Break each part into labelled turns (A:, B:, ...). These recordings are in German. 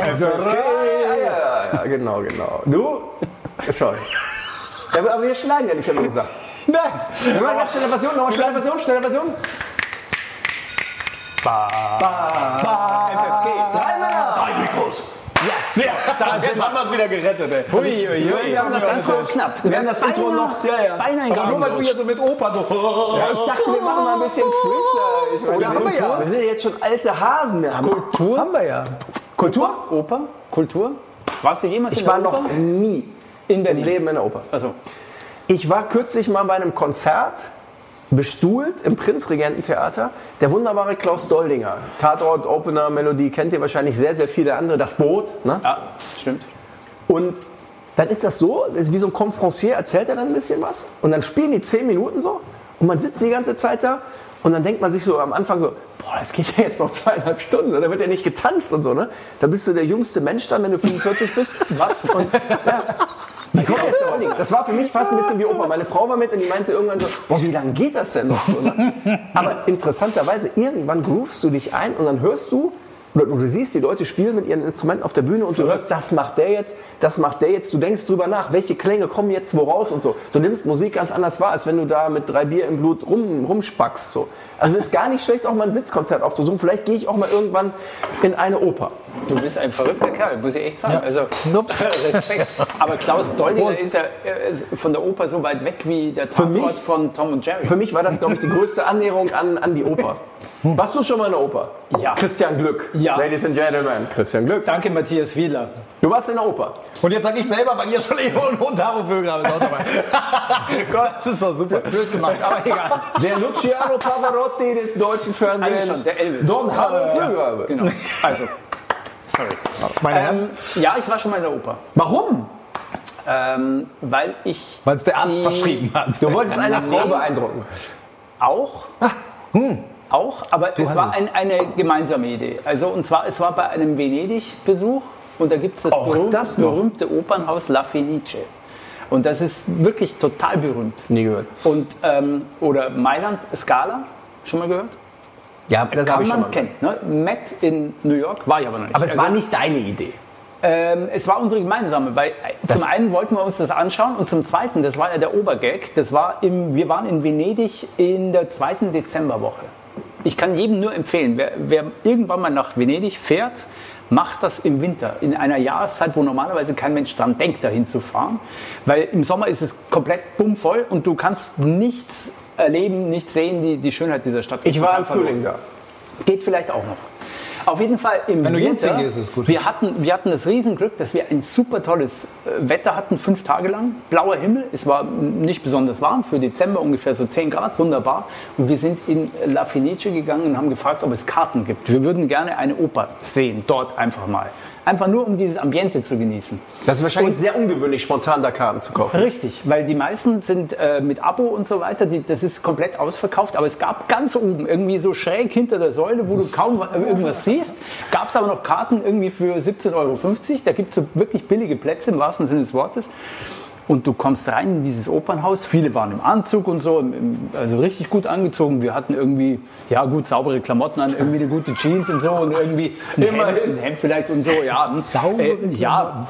A: FFK.
B: Ja, ja, genau, genau. Du? Sorry. Ja, aber wir schneiden ja nicht, haben wir gesagt. Nein! Wir machen ganz schnelle Version, nochmal schnelle Version, schnelle Version. FFG. Drei Männer!
C: Drei Mikros.
B: Yes!
C: Da sind wir es wieder gerettet, ey.
B: Ui, ui, ui. Wir haben das
A: Das war
B: Intro,
A: knapp.
B: wir haben das Intro
A: Beinahe-
B: noch. Ja, ja.
A: beinahe
B: Aber nur weil du
A: gegangen.
B: hier so mit Opa so.
C: Ja,
B: Ja, ich dachte, wir machen mal ein bisschen Freestyle. Ich meine,
A: Oder
B: haben wir ja. Wir sind ja jetzt schon alte Hasen. Wir haben
A: Kultur haben wir ja.
B: Kultur?
A: Oper? Kultur? Warst du jemals
B: Ich
A: in der
B: war noch
A: Oper?
B: nie
A: in
B: im Leben in der Oper.
A: Also,
B: Ich war kürzlich mal bei einem Konzert bestuhlt im Prinzregententheater. Der wunderbare Klaus Doldinger, Tatort, Opener, Melodie, kennt ihr wahrscheinlich sehr, sehr viele andere. Das Boot. Ne?
A: ja, stimmt.
B: Und dann ist das so, das ist wie so ein Conferencier, erzählt er dann ein bisschen was und dann spielen die zehn Minuten so und man sitzt die ganze Zeit da und dann denkt man sich so am Anfang so, boah, das geht ja jetzt noch zweieinhalb Stunden, da wird ja nicht getanzt und so, ne? Da bist du der jüngste Mensch dann, wenn du 45 bist. Was? Und, ja. Wie kommt das denn? Das war für mich fast ein bisschen wie Opa. Meine Frau war mit und die meinte irgendwann so, boah, wie lange geht das denn noch so? Ne? Aber interessanterweise, irgendwann groovst du dich ein und dann hörst du, oder du siehst, die Leute spielen mit ihren Instrumenten auf der Bühne und du hörst, das macht der jetzt, das macht der jetzt. Du denkst drüber nach, welche Klänge kommen jetzt woraus und so. Du nimmst Musik ganz anders wahr, als wenn du da mit drei Bier im Blut rum, rumspackst. So. Also ist gar nicht schlecht, auch mal ein Sitzkonzert aufzusuchen. Vielleicht gehe ich auch mal irgendwann in eine Oper.
A: Du bist ein verrückter Kerl, muss ich echt sagen. Also,
C: Nups.
A: Respekt. Aber Klaus Doldinger ist ja äh, ist von der Oper so weit weg wie der
B: mich-
A: Tatort von Tom und Jerry.
B: Für mich war das, glaube ich, die größte Annäherung an, an die Oper. Warst du schon mal in der Oper?
A: Ja.
B: Christian Glück.
A: Ja.
B: Ladies and Gentlemen, Christian Glück.
A: Danke, Matthias Wiedler.
B: Du warst in der Oper.
C: Und jetzt sag ich selber, weil ihr schon eh und Hotarofögel habt. Ist auch dabei. Gott, das ist doch super. Blöd gemacht, aber egal.
B: Der Luciano Pavarotti des deutschen
A: Eigentlich
B: Fernsehens.
A: schon, der Elvis.
B: Don Harald Flöger.
A: Genau. Also,
C: Meine Herren,
A: ähm, ja, ich war schon mal in der Oper.
B: Warum?
A: Ähm, weil ich
C: weil es der Arzt
A: die-
C: verschrieben hat.
B: Du wolltest eine Frau beeindrucken.
A: Auch.
B: Ah, hm.
A: Auch, aber es war ein, eine gemeinsame Idee. Also, und zwar, es war bei einem Venedig-Besuch und da gibt es das,
B: Auch
A: berühmte-
B: das noch?
A: berühmte Opernhaus La Fenice. Und das ist wirklich total berühmt.
B: Nie gehört.
A: Und, ähm, oder Mailand, Scala, schon mal gehört?
B: Ja, das
A: Kann
B: habe ich schon
A: man
B: mal.
A: kennen. Ne? Met in New York war ich aber noch nicht. Also,
B: Aber es war nicht deine Idee.
A: Ähm, es war unsere gemeinsame, weil äh, zum einen wollten wir uns das anschauen und zum zweiten, das war ja der Obergag, das war im, wir waren in Venedig in der zweiten Dezemberwoche. Ich kann jedem nur empfehlen, wer, wer irgendwann mal nach Venedig fährt, macht das im Winter, in einer Jahreszeit, wo normalerweise kein Mensch dran denkt, dahin zu fahren, weil im Sommer ist es komplett bummvoll und du kannst nichts erleben, nichts sehen, die, die Schönheit dieser Stadt.
B: Ich war im
A: Total verloren.
B: Frühling da.
A: Geht vielleicht auch noch. Auf jeden Fall im
C: Wenn du jetzt
A: Winter.
C: hingehst, ist gut.
A: Wir hatten, wir hatten das Riesenglück, dass wir ein super tolles äh, Wetter hatten, fünf Tage lang. Blauer Himmel, es war nicht besonders warm, für Dezember ungefähr so 10 Grad, wunderbar. Und wir sind in La Fenice gegangen und haben gefragt, ob es Karten gibt. Wir würden gerne eine Oper sehen, dort einfach mal. Einfach nur, um dieses Ambiente zu genießen.
B: Das ist wahrscheinlich sehr ungewöhnlich, spontan da Karten zu kaufen.
A: Richtig, weil die meisten sind äh, mit Abo und so weiter, die, das ist komplett ausverkauft, aber es gab ganz oben, irgendwie so schräg hinter der Säule, wo du kaum wa- irgendwas siehst, gab es aber noch Karten irgendwie für 17,50 Euro. Da gibt es so wirklich billige Plätze im wahrsten Sinne des Wortes. Und du kommst rein in dieses Opernhaus. Viele waren im Anzug und so, im- im- also richtig gut angezogen. Wir hatten irgendwie, ja gut, saubere Klamotten an, irgendwie eine gute Jeans und so und irgendwie ein Hemd, ein Hemd vielleicht und so, ja. Hm. Äh,
C: Saubere
A: ja,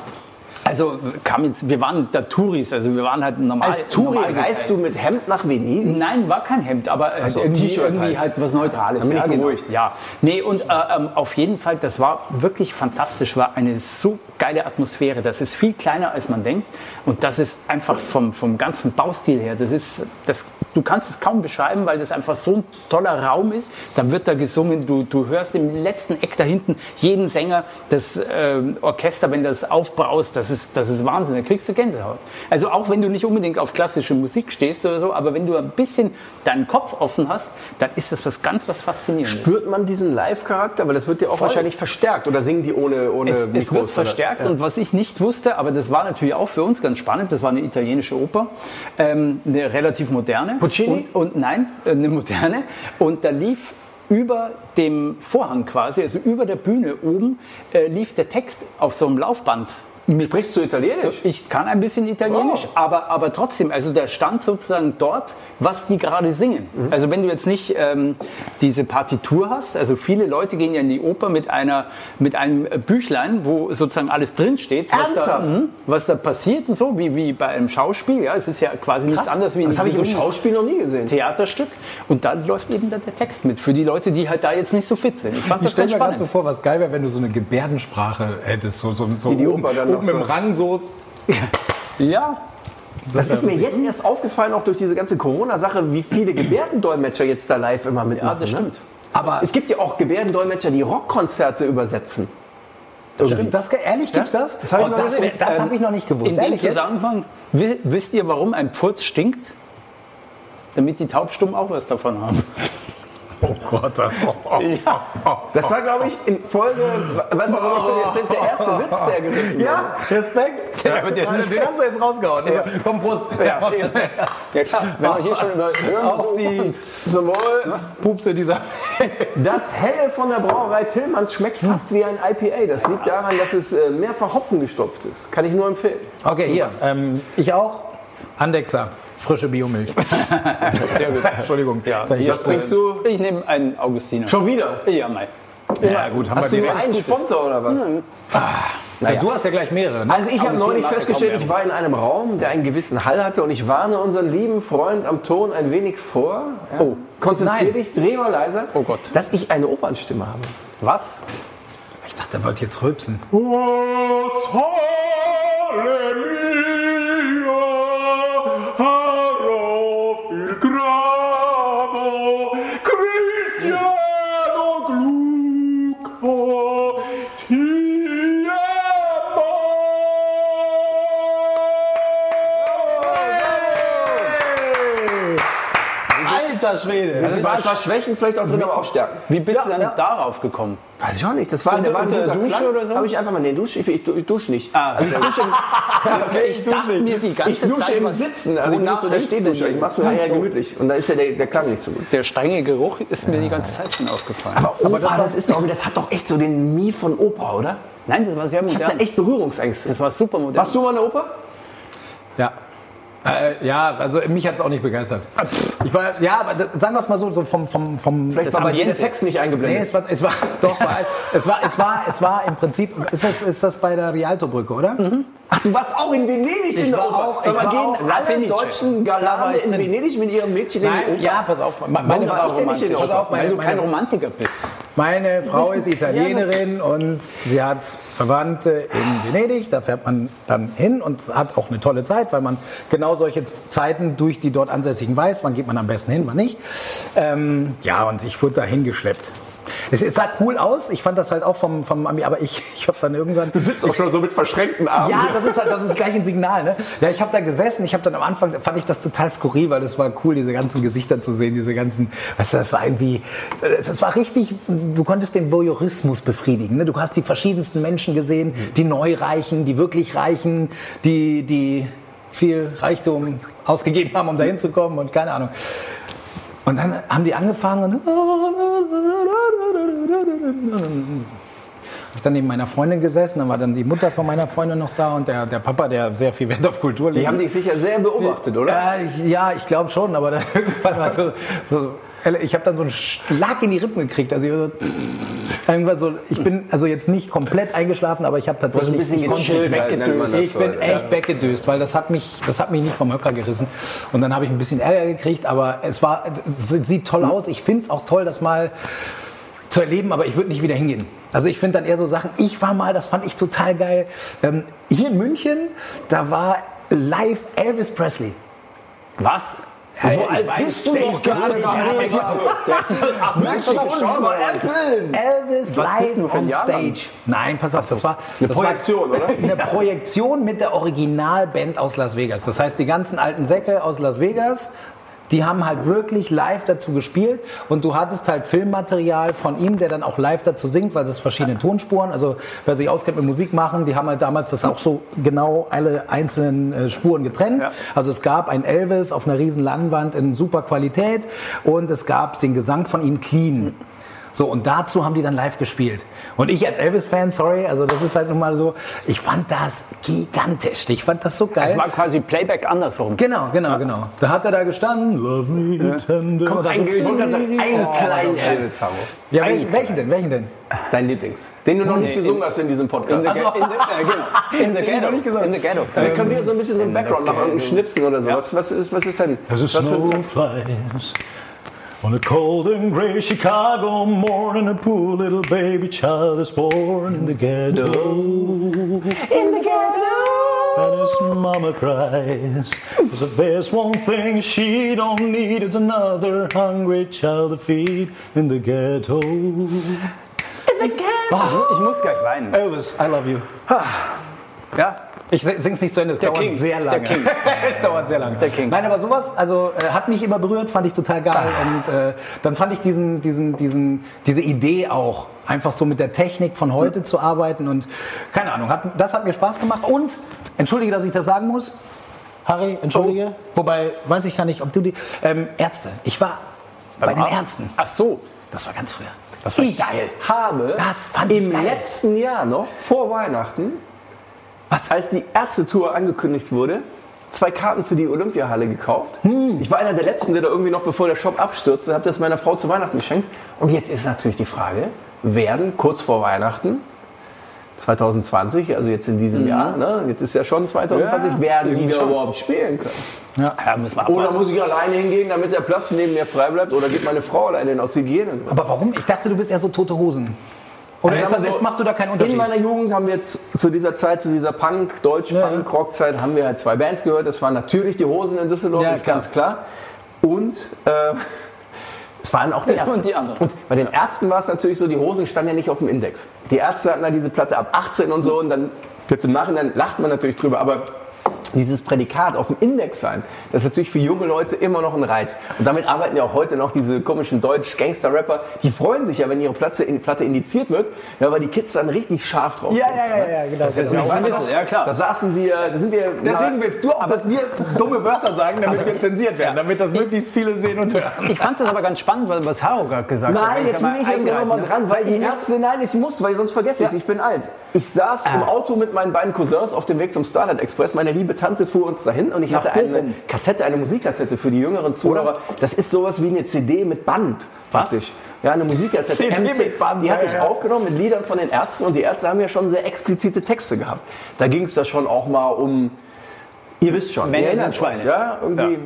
A: also kam jetzt, wir waren da Touris, also wir waren halt normal.
B: Als Touri
A: normal
B: reist du mit Hemd nach Venedig?
A: Nein, war kein Hemd, aber halt
B: so,
A: irgendwie,
B: T-Shirt
A: irgendwie
B: halt.
A: halt was Neutrales.
B: Dann bin ich
A: genau.
B: beruhigt.
A: Ja, nee, und äh, ähm, auf jeden Fall, das war wirklich fantastisch, war eine so geile Atmosphäre. Das ist viel kleiner, als man denkt. Und das ist einfach vom, vom ganzen Baustil her, das ist, das, du kannst es kaum beschreiben, weil das einfach so ein toller Raum ist. Dann wird da gesungen, du, du hörst im letzten Eck da hinten jeden Sänger, das ähm, Orchester, wenn das aufbraust, das ist, das ist Wahnsinn, da kriegst du Gänsehaut. Also auch wenn du nicht unbedingt auf klassische Musik stehst oder so, aber wenn du ein bisschen deinen Kopf offen hast, dann ist das was ganz was Faszinierendes.
B: Spürt man diesen Live-Charakter? Aber das wird ja auch wahrscheinlich verstärkt. Oder singen die ohne, ohne
A: Es,
B: Mikros?
A: es wird
B: oder?
A: verstärkt und was ich nicht wusste, aber das war natürlich auch für uns ganz spannend, das war eine italienische Oper, ähm, eine relativ moderne.
B: Puccini?
A: Und, und nein, äh, eine moderne. Und da lief über dem Vorhang quasi, also über der Bühne oben, äh, lief der Text auf so einem Laufband mit.
B: Sprichst du Italienisch?
A: So, ich kann ein bisschen Italienisch,
B: Wow.
A: aber, aber trotzdem, also der stand sozusagen dort, was die gerade singen.
B: Mhm.
A: Also wenn du jetzt nicht ähm, diese Partitur hast, also viele Leute gehen ja in die Oper mit, einer, mit einem Büchlein, wo sozusagen alles drinsteht, was da,
B: Ernsthaft?
A: mhm, was da passiert und so, wie, wie bei einem Schauspiel. Ja, es ist ja quasi nichts anderes wie
B: das habe ich im
A: gesungenes
B: Schauspiel noch nie gesehen.
A: Theaterstück. Und dann läuft eben dann der Text mit, für die Leute, die halt da jetzt nicht so fit sind. Ich fand
C: Ich
A: das
C: stelle
A: ganz
C: mir gerade
A: spannend.
C: so vor, was geil wäre, wenn du so eine Gebärdensprache hättest, so, so, so
B: Die die
C: oben,
B: Oper dann noch
C: oben im
B: so-
C: Rang so.
A: ja,
B: Das ist mir jetzt erst aufgefallen, auch durch diese ganze Corona-Sache, wie viele Gebärdendolmetscher jetzt da live immer mitmachen.
A: das
B: ne?
A: stimmt.
B: Aber es gibt ja auch Gebärdendolmetscher, die Rockkonzerte übersetzen. Also
C: Das, das, ehrlich gibt's das?
B: Das habe ich
C: Oh,
B: noch
C: das
B: gesehen.
C: wär- das
B: Ähm,
C: hab ich noch nicht gewusst.
A: In dem
C: Ehrlich jetzt?
A: Zusammenhang, wi- wisst ihr, warum ein Purz stinkt? Damit die Taubstummen auch was davon haben.
C: Oh Gott. das- Oh, oh,
A: Ja.
C: oh,
B: Das war, glaube ich, in Folge, was auch immer, der erste Witz, der gerissen wurde.
C: Ja, Respekt.
A: Ja, aber der-
C: Alter, den hast du jetzt rausgehauen. Also, Komm, Prost.
A: Ja, klar, wenn wir hier schon über Hören
C: Auf die
B: Sowohl
C: Pupse dieser
B: das Helle von der Brauerei Tillmanns schmeckt fast wie ein IPA. Das liegt daran, dass es äh, mehrfach Hopfen gestopft ist. Kann ich nur empfehlen.
C: Okay, hier. Ähm, ich auch. Andexer. Frische Biomilch.
A: sehr gut.
C: Entschuldigung.
A: Ja,
C: Sag ich
A: hier,
C: jetzt-
B: trinkst du?
A: Ich nehme einen Augustiner.
B: Schon wieder?
A: Ja, mal.
C: ja, gut, haben
B: Hast du
C: wir
B: nur
C: direkt.
B: einen Sponsor oder was?
C: Ja, du hast ja gleich mehrere. Ne?
B: Also ich habe
A: Aber es
B: neulich
A: sind Leute,
B: festgestellt,
A: kaum
B: ich war in einem Raum, der einen gewissen Hall hatte und ich warne unseren lieben Freund am Ton ein wenig vor. Ja.
A: Oh,
B: konzentrier
A: nein.
B: dich, dreh mal leiser.
A: Oh Gott.
B: Dass ich eine Opernstimme habe. Also
A: Was?
C: Ich dachte, der wollte jetzt rülpsen.
B: Alter Schwede. Also es waren ein paar Schwächen vielleicht auch drin, aber auch Stärken.
A: Wie bist
B: Ja,
A: du dann
B: ja.
A: darauf gekommen?
B: Weiß ich auch nicht. Das war,
A: Unter-
B: der war ein
A: unter der
B: guter
A: Dusche
B: Klang.
A: oder so?
B: Hab ich einfach mal, nee, Dusche, ich, ich, ich dusche nicht.
A: Ah,
B: also ich
A: okay.
B: dusche, Nee,
A: Ich dachte mir die ganze
B: ich dusche
A: Zeit,
B: im
A: was-
B: Sitzen, also ich bin
A: wonach
B: nicht so der
A: riechst du
B: Stehduscher.
A: denn?
B: Ich mach's mir
A: Ach
B: nachher
A: so.
B: gemütlich. Und da ist ja der, der Klang nicht so gut.
A: Der strenge Geruch ist mir die ganze Zeit schon aufgefallen.
B: Opa, das, ist doch, das hat doch echt so den Mie von Opa, oder?
A: Nein, das war sehr
B: Ich hab
A: modern.
B: da echt Berührungsängste.
A: Das war super modern.
B: Warst du mal in der Oper?
C: Ja. Äh, ja, also mich hat es auch nicht begeistert. Ich war, ja, aber das- sagen wir es mal so, so vom, vom, vom
B: Vielleicht war bei dir der
A: Ambiente.
B: Text nicht
C: Nee,
B: eingeblendet.
C: es war, es war, doch, war, es war, es war, es war im Prinzip, ist das, ist das bei der Rialto-Brücke, oder?
B: Ach, du warst auch in Venedig in der
C: war
B: Oper.
C: auch-
B: Sag
C: ich
B: mal,
C: war
B: gehen
C: auch- La
B: alle
C: Fenice.
B: deutschen Galane in Venedig mit ihren Mädchen in die Oper?
C: ja, pass auf, meine,
B: Warum war
C: Frau-
B: ich denn nicht in der
C: pass
B: Oper?
C: auf, meine,
A: Weil du kein
C: meine,
A: Romantiker bist.
C: meine Frau ist Italienerin und sie hat Verwandte in Venedig, da fährt man dann hin und hat auch eine tolle Zeit, weil man genau solche Zeiten durch die dort Ansässigen weiß, wann geht man am besten hin, wann nicht. Ähm, ja, und ich wurde da hingeschleppt. Es, es sah cool aus, ich fand das halt auch vom, vom Ami, aber ich, ich habe dann irgendwann...
B: sitzt auch schon so mit verschränkten Armen.
C: Ja, das ist halt, das ist gleich ein Signal, ne? Ja, ich habe da gesessen, ich habe dann am Anfang fand ich das total skurril, weil das war cool, diese ganzen Gesichter zu sehen, diese ganzen, weißt du, das war irgendwie, äh, das war richtig, du konntest den Voyeurismus befriedigen, ne? Du hast die verschiedensten Menschen gesehen, die Neureichen, die wirklich Reichen, die, die viel Reichtum ausgegeben haben, um da hinzukommen und keine Ahnung. Und dann haben die angefangen und hab dann neben meiner Freundin gesessen, dann war dann die Mutter von meiner Freundin noch da und der, der Papa, der sehr viel Wert auf Kultur legt.
B: Die haben dich sicher sehr beobachtet, oder?
C: Äh, ich- ja, ich glaube schon, aber dann irgendwann war so, so ich habe dann so einen Schlag in die Rippen gekriegt. Also ich, war so, irgendwann so, ich bin also jetzt nicht komplett eingeschlafen, aber ich habe tatsächlich
B: ein bisschen
C: ich konnte
B: gechillt
C: nicht
B: halt, nennt man das
C: Ich bin
B: heute,
C: echt weggedöst, weil das hat mich, das hat mich nicht vom Höcker gerissen. Und dann habe ich ein bisschen Ärger gekriegt, aber es war, es sieht toll aus. Ich finde es auch toll, dass mal zu erleben, aber ich würde nicht wieder hingehen. Also ich finde dann eher so Sachen, ich war mal, das fand ich total geil, ähm, hier in München, da war live Elvis Presley.
A: Was?
C: ich weiß, ich gerade gar nicht.
B: Ach, Mensch,
C: Mensch,
B: uns mal äppeln!
C: Elvis
B: bist du
C: live
B: für ein
C: on
B: Jahr lang?
C: stage. Nein, pass auf, das war eine
B: Projektion, oder?
C: Eine Projektion mit der Originalband aus Las Vegas. Das heißt, die ganzen alten Säcke aus Las Vegas, die haben halt wirklich live dazu gespielt und du hattest halt Filmmaterial von ihm, der dann auch live dazu singt, weil es ist verschiedene Tonspuren. Also wer sich auskennt mit Musik machen, die haben halt damals das auch so genau alle einzelnen äh, Spuren getrennt.
A: Ja.
C: Also es gab ein Elvis auf einer riesen Leinwand in super Qualität und es gab den Gesang von ihm clean. So, und dazu haben die dann live gespielt. Und ich als Elvis-Fan, sorry, also das ist halt nun mal so, ich fand das gigantisch. Ich fand das so geil.
A: Es war quasi Playback andersrum.
C: Genau, genau, genau. Da hat er da gestanden. Love me tender.
B: Komm, ein, ich wollte gerade sagen,
C: Oh,
B: einen kleinen Elvis Hammer.
C: ja, welchen, welchen denn? Welchen denn?
B: Dein Lieblings. Den du noch nicht gesungen hast in diesem Podcast.
A: In the, in the, äh, genau. in
B: Den hab
A: the
B: ich
A: ghetto.
B: nicht gesagt.
A: In the ghetto.
B: Vielleicht können wir so ein bisschen so einen Background machen, irgendeinen Schnipsen oder so.
A: Ja.
B: Was, was, ist, was ist denn?
D: As the
B: was für ein-
D: snow flies on a cold and gray Chicago morning, a poor little baby child is born in the ghetto. In the ghetto. And his mama cries. Cause if there's one thing she don't need, it's another hungry child to feed in the ghetto.
A: Ich muss gleich weinen.
B: Äh.
C: Elvis, I love you.
A: Ja,
C: Ich sing's nicht zu Ende, es dauert
A: King,
C: sehr
A: der
C: lange.
A: King.
C: es dauert sehr lange.
A: Der King. Ah.
C: Nein, aber sowas, also äh, hat mich immer berührt, fand ich total geil. Und äh, dann fand ich diesen, diesen, diesen, diese Idee auch, einfach so mit der Technik von heute zu arbeiten. Und keine Ahnung, hat, das hat mir Spaß gemacht. Und, entschuldige, dass ich das sagen muss, Harry, entschuldige.
A: Oh.
C: Wobei, weiß ich gar nicht, ob du die... Ähm, Ärzte. Ich war bei den
A: Arzt?
C: Ärzten.
A: Ach so.
C: Das war ganz früher. Das war geil.
B: habe
C: Das fand ich
B: im
C: geil.
B: letzten Jahr noch, vor Weihnachten,
C: Was?
B: als die Ärzte-Tour angekündigt wurde, zwei Karten für die Olympiahalle gekauft.
A: Hm.
B: Ich war einer der Letzten, der da irgendwie noch, bevor der Shop abstürzte, habe das meiner Frau zu Weihnachten geschenkt. Und jetzt ist natürlich die Frage, werden kurz vor Weihnachten 2020, also jetzt in diesem Jahr, ne, jetzt ist ja schon 2020,
A: Hm. Ja,
B: werden die
A: irgendwie
B: da
A: schon.
B: überhaupt spielen können?
A: ja müssen wir
B: Oder
A: abwarten.
B: muss ich alleine hingehen, damit der Platz neben mir frei bleibt? Oder geht meine Frau alleine hin aus Hygienegründen?
C: Aber warum? Ich dachte, du bist eher so tote Hosen. Oder
B: Also
C: ist
B: sagen
C: das,
B: wir so,
C: ist, machst du da keinen
B: In
C: Unterschied?
B: meiner Jugend haben wir jetzt zu dieser Zeit, zu dieser Punk, Deutsch-Punk, Rock-Zeit, haben wir halt zwei Bands gehört. Das waren natürlich die Hosen in Düsseldorf,
C: Ja,
B: ist
C: klar.
B: ganz klar. Und äh, es waren auch die Ärzte.
A: Und die anderen.
B: Und bei den Ärzten war es natürlich so, die Hosen standen ja nicht auf dem Index. Die Ärzte hatten da diese Platte ab 18 und so und dann jetzt im Nachhinein lacht man natürlich drüber, aber dieses Prädikat auf dem Index sein, das ist natürlich für junge Leute immer noch ein Reiz. Und damit arbeiten ja auch heute noch diese komischen Deutsch-Gangster-Rapper. Die freuen sich ja, wenn ihre Platte, in, Platte indiziert wird, ja, weil die Kids dann richtig scharf drauf sind. Also,
C: ja, genau.
A: Ja,
B: Weißt du
A: Mittel,
B: noch?
A: ja, klar.
B: Da saßen wir, da sind wir.
C: Deswegen willst du auch, dass wir dumme Wörter sagen, damit wir zensiert werden, damit das möglichst viele sehen und hören.
A: Ich fand das aber ganz spannend, weil- was Haro gerade gesagt hat.
B: Nein,
A: Weil
B: jetzt bin
A: hab
B: ich jetzt
A: eingehalten,
B: nochmal
A: ne?
B: dran, weil die Ärzte, nein, ich muss, weil sonst vergesse ich es, ich bin alt. Ich saß im Auto mit meinen beiden Cousins auf dem Weg zum Starlight Express. Meine liebe Tante fuhr uns dahin und ich hatte eine
A: Bochum.
B: Kassette, eine Musikkassette für die jüngeren Zuhörer. Das ist sowas wie eine CD mit Band.
A: Was?
B: praktisch. Ja, eine Musikkassette.
C: CD
B: MC.
C: mit Band,
B: die hatte
C: ja,
B: ich
C: ja.
B: aufgenommen mit Liedern von den Ärzten und die Ärzte haben ja schon sehr explizite Texte gehabt. Da ging es da schon auch mal um, ihr wisst schon,
A: Männer
B: ihr
A: sind
B: erinnert
A: Schweine.
B: euch, ja, irgendwie.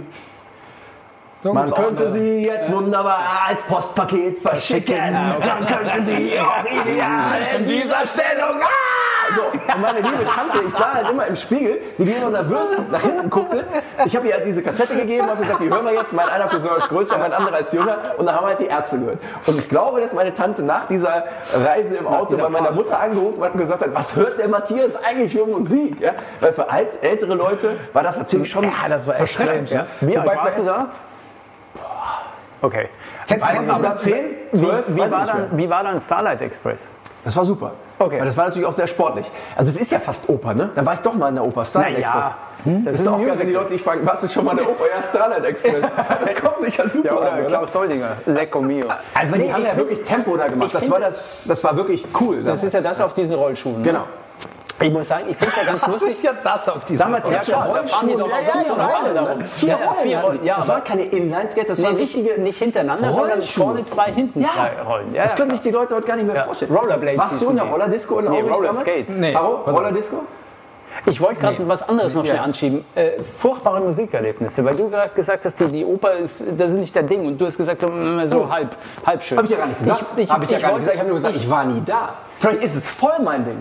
B: Man könnte sie jetzt wunderbar als Postpaket verschicken. Man könnte sie auch ideal in dieser Stellung. Ah! So, und meine liebe Tante, ich sah halt immer im Spiegel, wie die immer nervös nach hinten guckte. Ich habe ihr halt diese Kassette gegeben, habe gesagt, die hören wir jetzt. Mein einer Cousin ist größer, mein anderer ist jünger. Und dann haben halt die Ärzte gehört. Und ich glaube, dass meine Tante nach dieser Reise im Auto bei meiner Mutter angerufen hat und gesagt hat, was hört der Matthias eigentlich für Musik? Ja? Weil für alt, ältere Leute war das natürlich schon
C: Ja, das war echt
B: verschreckend.
C: strange,
B: Ja?
C: ja.
A: Wie alt
C: Wobei,
A: warst du da? Okay.
C: Kennst,
B: Weiß
C: kennst
B: ich
C: du
B: nicht.
C: das?
B: 10, 12,
A: Wie
B: weiß ich
A: war,
B: nicht mehr.
A: dann, wie war dann Starlight Express?
B: Das war super.
A: Okay.
B: Aber das war natürlich auch sehr sportlich. Also es ist ja fast Oper, ne? Da war ich doch mal in der Oper, Starlight
A: Na ja.
B: Express. Das,
A: Hm? Das
B: ist
A: ist ein
B: auch geil, wenn die
A: Musical.
B: Leute dich fragen, warst du schon mal in der Oper? Ja, Starlight Express. Das kommt sicher super an, oder?
A: Doldinger, Lecco Mio.
B: Also die haben ja wirklich Tempo da gemacht. Das war, das, das war wirklich cool.
A: Das ist ja das auf diesen Rollschuhen. ne?
B: genau.
A: Ich muss sagen, ich finde es ja ganz lustig.
C: ja das auf diesem
A: Damals gab es ja
B: Rollschuhe,
A: da fahren die doch
B: ja,
A: auf
B: ja,
A: Fuß
B: ja,
A: und Rollen
B: Rollen,
A: darum.
B: ne? Vier
A: Ja,
B: Rollen
A: vier
B: hatten
A: Rollen.
B: die.
A: Ja,
B: das waren
A: aber
B: keine Inline-Skates, das
A: nee,
B: waren
A: nicht,
B: richtige...
A: nicht hintereinander, sondern
B: Rollschuhe.
A: vorne zwei, hinten zwei Rollen. Ja,
B: das
A: ja,
B: können
A: klar.
B: sich die Leute heute gar nicht mehr vorstellen.
A: Rollerblades
B: Warst du in der
A: hießen die.
B: Rollerdisco in
A: Nee,
B: Aurich damals?
A: Rollerskates.
C: Nee.
B: Hallo?
C: Pass auf.
B: Rollerdisco?
A: Ich wollte gerade was anderes noch schnell
B: Ja.
A: anschieben. Äh, furchtbare Musikerlebnisse, weil du gerade gesagt hast, die, die Oper ist, das ist nicht dein Ding. Und du hast gesagt, mm, so halb, halb schön.
B: Oh. Hab ich ja gar nicht gesagt.
A: Ich, ich,
B: Hab ich ja gar nicht
A: wollte-
B: gesagt. Ich habe nur gesagt, ich war nie da. Vielleicht ist es voll mein Ding.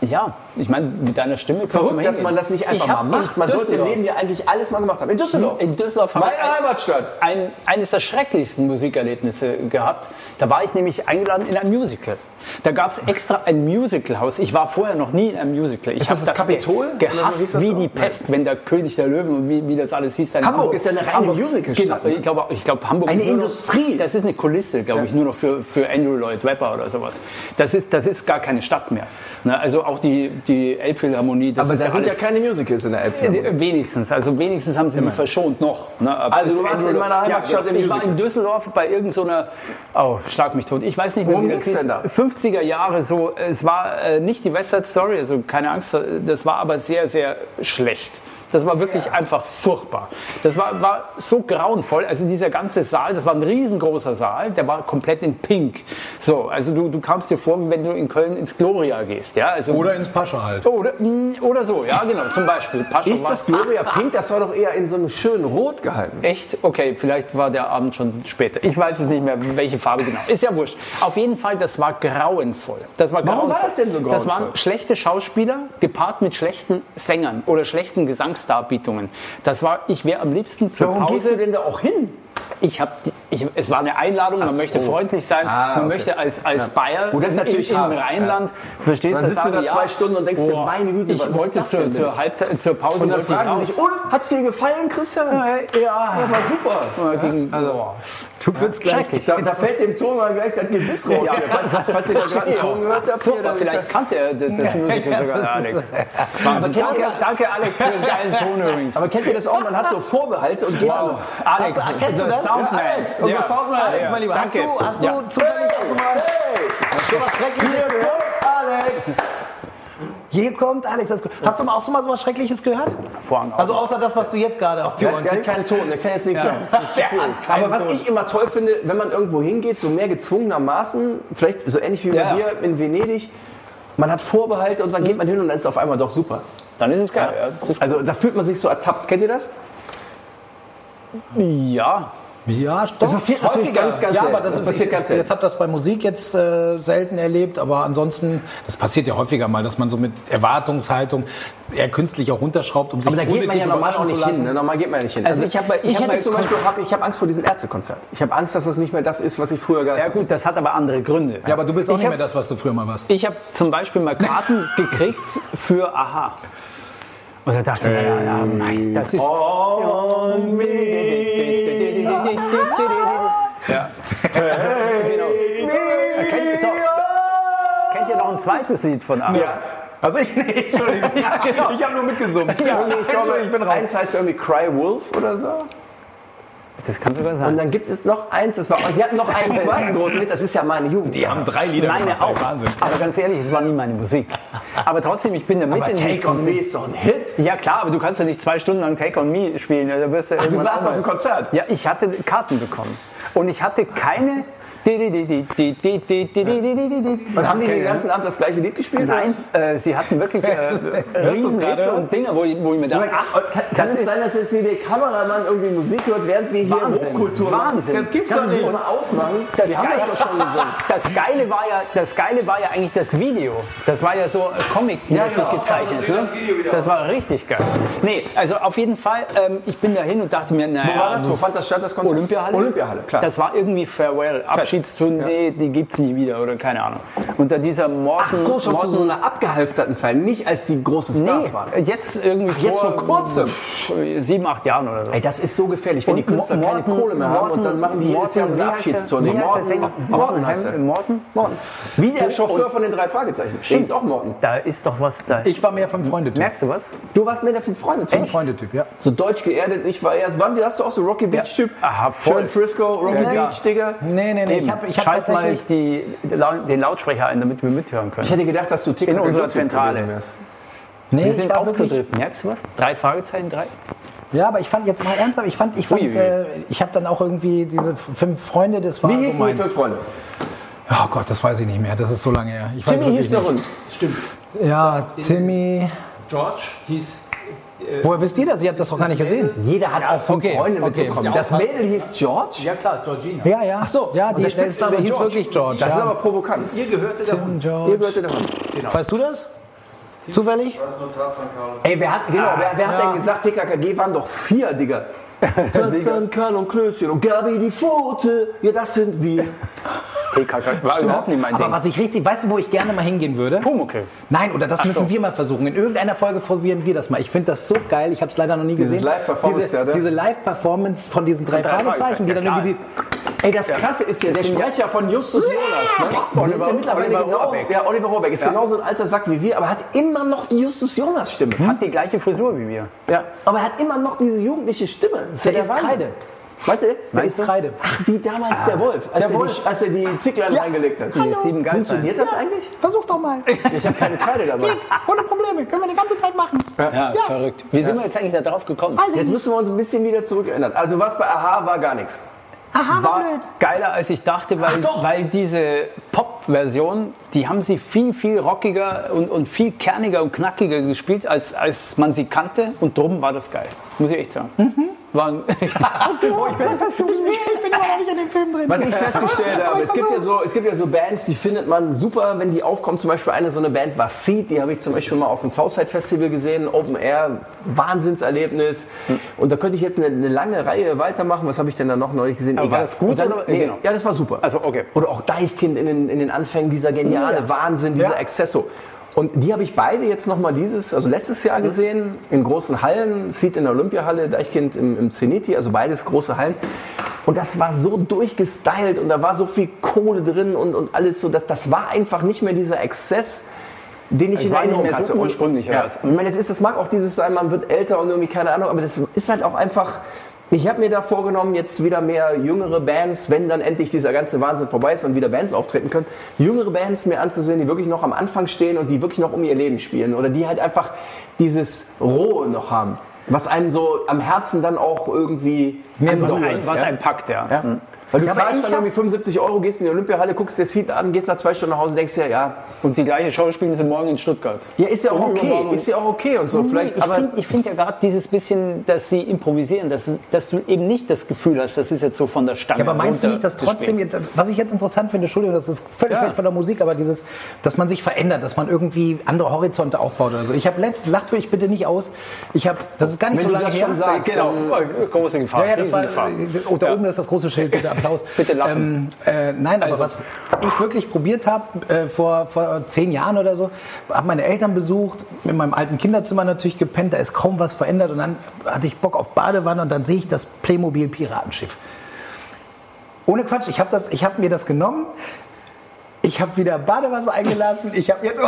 A: Ja, ich meine, mit deiner Stimme kannst
B: Verrückt,
A: mal
B: dass
A: hingehen.
B: man das nicht einfach
A: Ich hab
B: mal macht. Man
A: in
B: sollte im
A: Düsseldorf-
B: Leben ja eigentlich alles mal gemacht haben. In Düsseldorf.
A: In Düsseldorf habe
B: Meine Heimatstadt.
A: ein, eines der schrecklichsten Musikerlebnisse gehabt. Da war ich nämlich eingeladen in ein Musical. Da gab es extra ein Musicalhaus. Ich war vorher noch nie in einem Musical. Ich
B: Ist das
A: hab
B: das Kapitol?
A: Ge
B: Oder wie hieß
A: gehasst
B: das
A: wie
B: so?
A: die Pest, wenn der König der Löwen und wie, wie das alles hieß. dann in
B: Hamburg ist ja eine reine
A: Hamburg-
B: Musicalstadt, ne?
A: Genau, ich glaube, ich glaube, Hamburg
B: Eine
A: ist nur noch-
B: Industrie.
A: Das ist eine Kulisse, glaube ich, nur noch für, für Andrew Lloyd Webber oder sowas. Das ist, das ist gar keine Stadt mehr. Ne, also auch die, die Elbphilharmonie. Das
B: Aber
A: ist
B: da sind ja
A: alles-
B: keine Musicals in der Elbphilharmonie.
A: Wenigstens, also wenigstens haben sie die verschont noch. Ne? Aber
B: Also
A: bis
B: du warst
A: Ende-
B: in meiner Heimatstadt
A: ja,
B: im
A: Ich war
B: Musical.
A: in Düsseldorf bei irgendeiner, so einer- oh, schlag mich tot, ich weiß nicht mehr.
B: Worum
A: wie das
B: ging's denn da?
A: hieß. 50er Jahre, so, es war äh, nicht die West Side Story, also keine Angst, das war aber sehr, sehr schlecht. Das war wirklich einfach furchtbar. Das war, war so grauenvoll. Also dieser ganze Saal, das war ein riesengroßer Saal, der war komplett in Pink. So, also du, du kamst dir vor, wie wenn du in Köln ins Gloria gehst. Ja? Also,
D: Oder ins Pascha halt.
A: oder, mh, oder so, ja genau, zum Beispiel. Pascha
B: Ist
A: war-
B: das Gloria Pink? Das war doch eher in so einem schönen Rot gehalten.
A: Echt? Okay, vielleicht war der Abend schon später. Ich weiß es nicht mehr, welche Farbe genau. Ist ja wurscht. Auf jeden Fall, das war grauenvoll. Das war
B: Warum
A: grauenvoll.
B: war das denn so
A: Das
B: grauenvoll?
A: waren schlechte Schauspieler gepaart mit schlechten Sängern oder schlechten Gesangsdarbietungen. Das war, ich wäre am liebsten zur
B: Warum
A: Pause.
B: gehst du denn da auch hin?
A: Ich habe, ich, es war eine Einladung. Man
B: Ach so.
A: möchte freundlich sein.
B: Ah,
A: Man
B: okay.
A: möchte als als Bayer
B: Gut, das ist natürlich
A: im, im
B: hart.
A: Rheinland, verstehst
B: Dann
A: das
B: sitzt du
A: sagen,
B: da zwei Stunden und denkst dir, meine Güte, was
A: ich
B: ist
A: wollte
B: das
A: zur,
B: denn?
A: zur, Halbzeit, zur Pause
B: Und dann
A: wollte ich
B: fragen sie
A: raus.
B: dich, und, hat's dir gefallen, Christian?
A: Äh, ja.
B: Ja, war super.
A: Mal gegen-
B: Also, du wirst gleich. Da, da fällt dem Ton mal gleich das Gebiss raus.
A: Ja.
B: hier. Falls, falls ihr da gerade einen Ton gehört habt,
A: So,
B: hier, dann ist
A: vielleicht kannte er das, das Musical sogar, der Alex. Wahnsinn.
B: kennt ihr
A: Danke,
B: Also, das?
A: danke, Alex, für den geilen Ton übrigens.
B: ja- aber kennt ihr das auch? Man hat so Vorbehalte und geht
A: wow.
B: dann.
A: Alex,
B: Hast du- kennst du
A: the
B: das?
A: Soundman.
B: Ja, Alex, unser Soundman. Alex, mein Lieber, hast
A: danke.
B: du- hast du
A: ja.
C: zufällig auch schon mal sowas
B: Hier
C: Schreckliches gehört?
B: kommt Alex!
C: Hier kommt Alex. Das, hast du mal auch schon mal sowas Schreckliches gehört?
A: Vorhang
C: Also außer das, was du jetzt gerade auf die
B: Der,
C: Ohren
B: der hat
C: kriegst.
B: keinen Ton, der kann jetzt nichts sagen.
C: Der hat keinen
B: Aber was
C: Ton.
B: ich immer toll finde, wenn man irgendwo hingeht, so mehr gezwungenermaßen, vielleicht so ähnlich wie bei
A: Ja.
B: dir in Venedig, man hat Vorbehalte und dann geht man hin und dann ist es auf einmal doch super.
A: Dann ist es geil. ja.
B: Also da fühlt man sich so ertappt. Kennt ihr das?
A: Ja,
C: Ja, doch. Das
B: passiert natürlich ganz, ganz
C: ja,
B: selten.
C: aber das,
B: Das
C: ist,
B: passiert
C: ich,
B: ganz selten.
C: jetzt habe das bei Musik jetzt äh, selten erlebt, aber ansonsten, das passiert ja häufiger mal, dass man so mit Erwartungshaltung eher künstlich auch runterschraubt, um sich
B: Aber da geht man
C: positiv
B: ja normal auch
C: überraschen
B: nicht
C: zu
B: hin.
C: lassen.
B: Ne? Normal geht man ja nicht hin.
A: Also ich hab mal- ich hab
B: hätte
A: mal-
B: zum Beispiel hab, ich hab Angst vor diesem Ärztekonzert. Ich habe Angst, dass das nicht mehr das ist, was ich früher geil
A: ja
B: fand.
A: gut, das hat aber andere Gründe.
C: Ja, aber du bist auch
A: Ich
C: nicht
A: hab-
C: mehr das, was du früher mal warst.
A: Ich habe zum Beispiel mal Karten gekriegt für Aha. Und da dachte ich, mir, ja, ja, nein, das ist...
B: Ähm, On
A: Ja. Genau. Kennt- so. Kennt ihr noch ein zweites Lied von Aha?
B: Ja.
C: Also ich, nee, Entschuldigung.
A: Ja, genau.
C: Ich habe nur mitgesungen.
B: Ja, ich glaube,
C: Entschuldigung, ich bin raus.
B: eins heißt irgendwie Cry Wolf oder so.
A: Das kann sogar
B: Und
A: sein.
B: dann gibt es noch eins, das war, und die hatten noch einen zweiten großen Hit, das ist ja meine Jugend.
C: Die haben drei Lieder
A: Meine
C: gemacht, ey,
A: auch.
C: Wahnsinn.
A: Aber ganz ehrlich, es war nie meine Musik. Aber trotzdem, ich bin da mit
B: Aber
A: in
B: Take
A: diesem-
B: on Me ist doch ein Hit.
A: Ja klar, aber du kannst ja nicht zwei Stunden lang Take on Me spielen. Da wirst du
B: Du
A: irgendwann
B: warst auf dem
A: arbeiten.
B: Konzert.
A: Ja, ich hatte Karten bekommen. Und ich hatte keine... Und
B: Und haben die den ganzen Abend das gleiche Lied gespielt?
A: Nein, äh, sie hatten wirklich äh, Riesenrätsel
C: gerade?
A: und Dinger, wo ich, wo ich mir
B: Oder?
A: dachte, ach,
B: kann kann es sein, dass jetzt hier der Kameramann irgendwie Musik hört, während wir hier
A: Wahnsinn,
B: Hochkultur
A: Wahnsinn.
B: machen? Das gibt's
A: Das
B: doch
A: ist
B: nicht.
A: wohl-
B: Mal ausmachen.
A: Das
B: wir haben
A: Geile-
B: das doch schon gesungen.
A: Das Geile war ja, das Geile war ja eigentlich das Video. Das war ja so äh, comic-mäßig
B: Ja, genau.
A: gezeichnet. Ne? Das war richtig geil. Nee, also auf jeden Fall, ähm, ich bin da hin und dachte mir, naja,
B: Wo war das? Wo fand das statt, das Konzert?
A: Olympiahalle?
B: Olympiahalle, klar.
A: Das war irgendwie Farewell, Abschiedstournee, die gibt's nie wieder oder keine Ahnung. Und da dieser Morten...
B: Ach so, schon
A: Morten,
B: zu so einer abgehalfterten Zeit, nicht als die großen Stars waren.
A: Nee, jetzt irgendwie
B: Ach, jetzt vor kurzem?
A: Sieben, acht Jahren oder so.
B: Ey, das ist so gefährlich, wenn die
A: Und Mo-
B: Künstler keine
A: Morten-
B: Kohle mehr haben und dann machen die jedes Jahr so
A: wie
B: eine
A: heißt der-
B: Abschiedstournee.
A: wie heißt der Sänger?
B: Morten heißt er.
A: Hem- Morten?
B: Morten. Wie der
A: Und-
B: Chauffeur von den drei Fragezeichen. Der ist auch Morten.
A: Da ist doch was da.
C: Ich war mehr vom Freundetyp.
A: Merkst du was?
B: Du warst mir dafür Freunde zu.
C: Vom Freundetyp, ja.
B: So deutsch geerdet, ich war erst. Wann warst du auch so Rocky Beach-Typ?
A: Aha, Ah, voll.
B: Schön Frisco, Rocky
A: Ja, ja.
B: Beach, Digga.
C: Nee, nee, nee.
A: Eben.
C: Ich habe ich hab
A: Schalt mal
C: tatsächlich.
A: die, den Lautsprecher ein, damit wir mithören
B: Ich
A: können.
B: hätte gedacht, dass du TikTok
A: In
B: und
A: unserer
B: YouTube
A: Zentrale. Ah,
B: gewesen wärst.
C: Nee,
A: Wir
C: ich
A: sind
C: war wirklich,
A: aufgedriftet. Merkst du was? Drei Fragezeichen, drei.
C: Ja, aber ich fand jetzt mal ernsthaft, ich fand, ich
A: Ui,
C: fand,
A: ui.
C: äh, ich habe dann auch irgendwie diese f- fünf Freunde, das war
B: Wie
C: so
B: hießen die
C: meins.
B: fünf Freunde?
C: Oh Gott, das weiß ich nicht mehr, das ist so lange her. Ich weiß
B: Timmy
C: wirklich
B: hieß der
C: nicht.
B: Hund.
C: Ja, Timmy.
E: George hieß. Äh,
C: Woher wisst ihr das? Ihr habt das doch gar nicht gesehen.
B: Jeder hat auch fünf
C: okay,
B: Freunde
C: okay.
B: mitbekommen. Das Mädel hieß George?
E: Ja klar, Georgina.
C: Ja, ja. Ach
B: so,
C: Ja,
B: und
C: die,
B: der
C: der
B: Spitzname
C: ist aber, hieß
B: George.
C: wirklich George.
B: Das ist
C: ja.
B: aber provokant.
E: Ihr gehörte der Hund.
C: George. Genau.
B: Ihr gehörte der Hund.
C: Weißt du das? Zufällig?
B: Ey, wer hat, genau, wer, wer hat
C: ja.
B: denn gesagt, TKKG waren doch vier, Digga? Tarzan, Karl und Klößchen und Gabi die Pfote, ja, das sind wir.
A: TKK war überhaupt nicht mein
C: Aber
A: Ding.
C: was ich richtig, weißt du, wo ich gerne mal hingehen würde?
A: Pumuckl.
C: Nein, oder das müssen
A: so.
C: wir mal versuchen. In irgendeiner Folge probieren wir das mal. Ich finde das so geil. Ich habe es leider noch nie gesehen.
B: Live-Performance,
C: diese,
B: ja, ne?
C: diese Live-Performance von diesen drei,
A: drei
C: Fragezeichen,
A: Fragezeichen,
C: die dann
A: ja,
C: irgendwie
B: Ey, das Krasse ist ja, der Sprecher von Justus Jonas. Ne? Oliver, ist ja mittlerweile
A: Oliver
B: genau,
A: Rohrbeck.
B: Ja, Oliver Rohrbeck ist genauso ein alter Sack wie wir, aber hat immer noch die Justus Jonas Stimme.
A: Hat die gleiche Frisur wie wir.
B: Ja. Aber er hat immer noch diese jugendliche Stimme. Das ist ja
C: Der
B: der
C: ist
B: Wahnsinn.
C: Kreide.
B: Weißt du, der
C: Nein, ist Kreide.
B: Ach, wie damals der Wolf, als,
C: Der
B: er,
C: Wolf.
B: Die, als er die Zicklein reingelegt hat.
A: Die sieben Geister.
B: Funktioniert das eigentlich?
C: Versuch doch mal.
B: Ich habe keine Kreide dabei.
C: Ohne Probleme. Können wir die ganze Zeit machen.
F: Ja, verrückt. Wie sind wir jetzt eigentlich da drauf gekommen?
B: Jetzt müssen wir uns ein bisschen wieder zurückerinnern. Also was bei Aha war gar nichts.
C: Aha,
F: war geiler, als ich dachte, weil,
B: doch.
F: weil diese Pop-Version, die haben sie viel, viel rockiger und, und viel kerniger und knackiger gespielt, als, als man sie kannte. Und drum war das geil, muss ich echt sagen. War ein-
C: Ich bin immer noch nicht in dem Film drin.
B: Was ich festgestellt habe, es gibt, ja so, es gibt ja so Bands, die findet man super, wenn die aufkommen. Zum Beispiel eine so eine Band war Seed, die habe ich zum Beispiel mal auf dem Southside Festival gesehen. Open Air, Wahnsinnserlebnis.
A: Hm.
B: Und da könnte ich jetzt eine, eine lange Reihe weitermachen. Was habe ich denn da noch neulich gesehen?
A: war das gut
B: Und Dann,
A: oder-
B: nee,
A: genau.
B: Ja, das war super.
A: Also, okay.
B: Oder auch Deichkind in den, in den Anfängen, dieser geniale Wahnsinn, dieser Excesso. Und die habe ich beide jetzt nochmal dieses, also letztes
A: Mhm.
B: Jahr gesehen, in großen Hallen, Seed in der Olympiahalle, Deichkind im, im Zeniti, also beides große Hallen. Und das war so durchgestylt und da war so viel Kohle drin und, und alles so, das, das war einfach nicht mehr dieser Exzess, den ich in
A: war nicht
B: Erinnerung
A: mehr so
B: hatte. Und-
A: ursprünglich,
B: ja.
A: oder was?
B: Ich meine, das, ist, das mag auch dieses sein, man wird älter und irgendwie keine Ahnung, aber das ist halt auch einfach. Ich habe mir da vorgenommen, jetzt wieder mehr jüngere Bands, wenn dann endlich dieser ganze Wahnsinn vorbei ist und wieder Bands auftreten können, jüngere Bands mir anzusehen, die wirklich noch am Anfang stehen und die wirklich noch um ihr Leben spielen oder die halt einfach dieses Rohe noch haben, was einem so am Herzen dann auch irgendwie
A: Was
B: andauert,
A: ein, was
B: ja?
A: ein Pakt, ja.
B: Ja.
F: Mhm.
B: Weil du
C: Ja, aber ich
B: zahlst dann
C: hab-
B: irgendwie 75 Euro, gehst in die Olympiahalle, guckst der Seat an, gehst nach zwei Stunden nach Hause, denkst dir, ja,
A: Und die gleiche Show spielen sie morgen in Stuttgart.
B: ja, ist ja auch okay,
A: Übermorgen.
B: ist ja auch okay und so. Vielleicht,
F: Hm, ich
B: aber
F: finde ich find ja gerade dieses bisschen, dass sie improvisieren, dass, dass du eben nicht das Gefühl hast, das ist jetzt so von der Stange.
C: Ja, aber meinst du nicht, dass
F: runtergespielt.
C: trotzdem, jetzt, was ich jetzt interessant finde, Entschuldigung, das ist völlig weg von der Musik, aber dieses, dass man sich verändert, dass man irgendwie andere Horizonte aufbaut oder so. Ich habe letztens, lacht euch bitte nicht aus, ich habe, das ist gar nicht
B: Wenn
C: so
B: du
C: lange
B: das
C: her.
B: schon sagst,
A: Genau, große Gefahr.
C: Ja, ja, das war,
A: Riesengefahr.
C: äh, oh, da oben ist das große Schild, bitte Applaus. bitte lachen. Ähm, äh, nein,
B: Also.
C: aber was ich wirklich probiert habe, äh, vor, vor zehn Jahren oder so, habe meine Eltern besucht, in meinem alten Kinderzimmer natürlich gepennt, da ist kaum was verändert und dann hatte ich Bock auf Badewanne und dann sehe ich das Playmobil-Piratenschiff. Ohne Quatsch, ich habe hab mir das genommen. Ich habe wieder Badewasser eingelassen. Ich habe jetzt.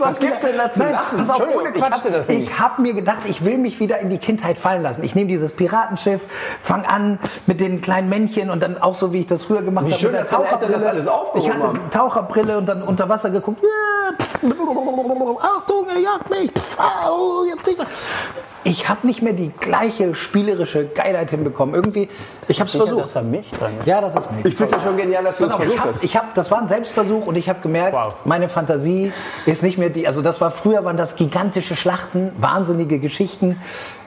C: Was
B: gibt's denn da zu lachen?
C: Pass auf, ohne
B: Entschuldigung, ich
C: Quatsch.
B: hatte das nicht.
C: Ich habe mir gedacht, ich will mich wieder in die Kindheit fallen lassen. Ich nehme dieses Piratenschiff, fang an mit den kleinen Männchen und dann auch so, wie ich das früher gemacht
B: Wie
C: habe.
B: schön,
C: mit der
B: dass deine Eltern das alles aufgehoben
C: Ich hatte
B: haben.
C: Taucherbrille und dann unter Wasser geguckt. Ja, pff, Achtung, er jagt mich. Pff, au, jetzt kriegt er. Ich habe nicht mehr die gleiche spielerische Geilheit hinbekommen. Irgendwie, ich habe es
A: Sicher,
C: versucht.
A: dass da Milch drin ist.
C: ja, das ist mir.
B: ich finde es ja schon genial, dass du das
C: Pass auf, ich
B: versucht
C: hab,
B: hast.
C: ich hab, das war ein Selbstversuch und ich habe gemerkt,
A: Wow.
C: meine Fantasie ist nicht mehr die. Also das war früher waren das gigantische Schlachten, wahnsinnige Geschichten.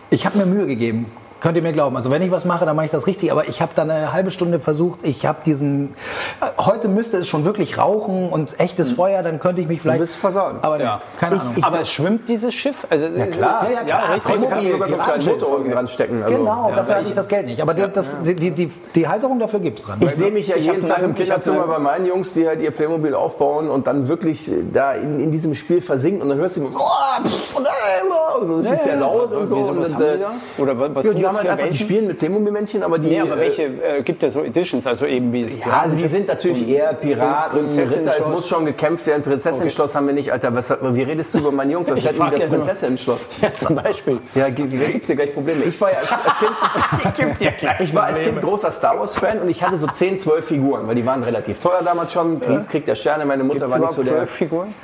C: Ich habe mir Mühe gegeben. Könnt ihr mir glauben? Also wenn ich was mache, dann mache ich das richtig. Aber ich habe dann eine halbe Stunde versucht. Ich habe diesen. äh, Heute müsste es schon wirklich rauchen und echtes Feuer. Dann könnte ich mich vielleicht.
B: bist versaut.
C: Aber nee, keine
F: Ich,
C: Ahnung.
F: ich aber es schwimmt dieses Schiff? Also, ja,
B: klar.
C: Ja, klar.
B: Heute kannst du sogar so einen kleinen
C: Piratenschiff.
B: Motor unten dran stecken. Also.
C: Genau, dafür hatte ich das Geld nicht. Aber die- das, die, die, die, die Halterung dafür gibt's dran.
B: Ich sehe mich ja
F: Ich
B: jeden
F: hab
B: Tag
F: einen-
B: im
F: ich hab
B: Kinderzimmer
F: einen-
B: bei meinen Jungs, die halt ihr Playmobil aufbauen und dann wirklich äh, da in, in diesem Spiel versinken und dann hörst du immer, oh, pff, und, äh, und es ist ja laut und so.
F: Wieso,
B: und,
F: was haben
B: äh,
F: die da? Oder wa- was
B: ja,
F: sind
B: die
F: das
B: haben halt
F: für
B: einfach, die
F: Welten?
B: spielen mit Playmobil-Männchen, aber die...
F: Nee, aber
B: äh,
F: welche äh, gibt ja so Editions? Also eben wie
B: Ja, also die sind natürlich eher Piraten,
F: Prinzessin-
B: Ritter, es
F: Schloss.
B: muss schon gekämpft werden. Prinzessin-Schloss haben wir nicht, Alter. Was, wie redest du über meine Jungs? Das
F: Ich
B: ist
F: frag
B: halt wie das
F: ja nur.
B: Prinzessin-Schloss.
F: ja, zum Beispiel.
B: Ja, gibt es ja gleich Probleme. Ich war ja als, als Kind, ich war als kind großer Star Wars-Fan und ich hatte so 10, 12 Figuren, weil die waren relativ teuer damals schon. Kriegs, Krieg der Sterne, meine Mutter war nicht, so der,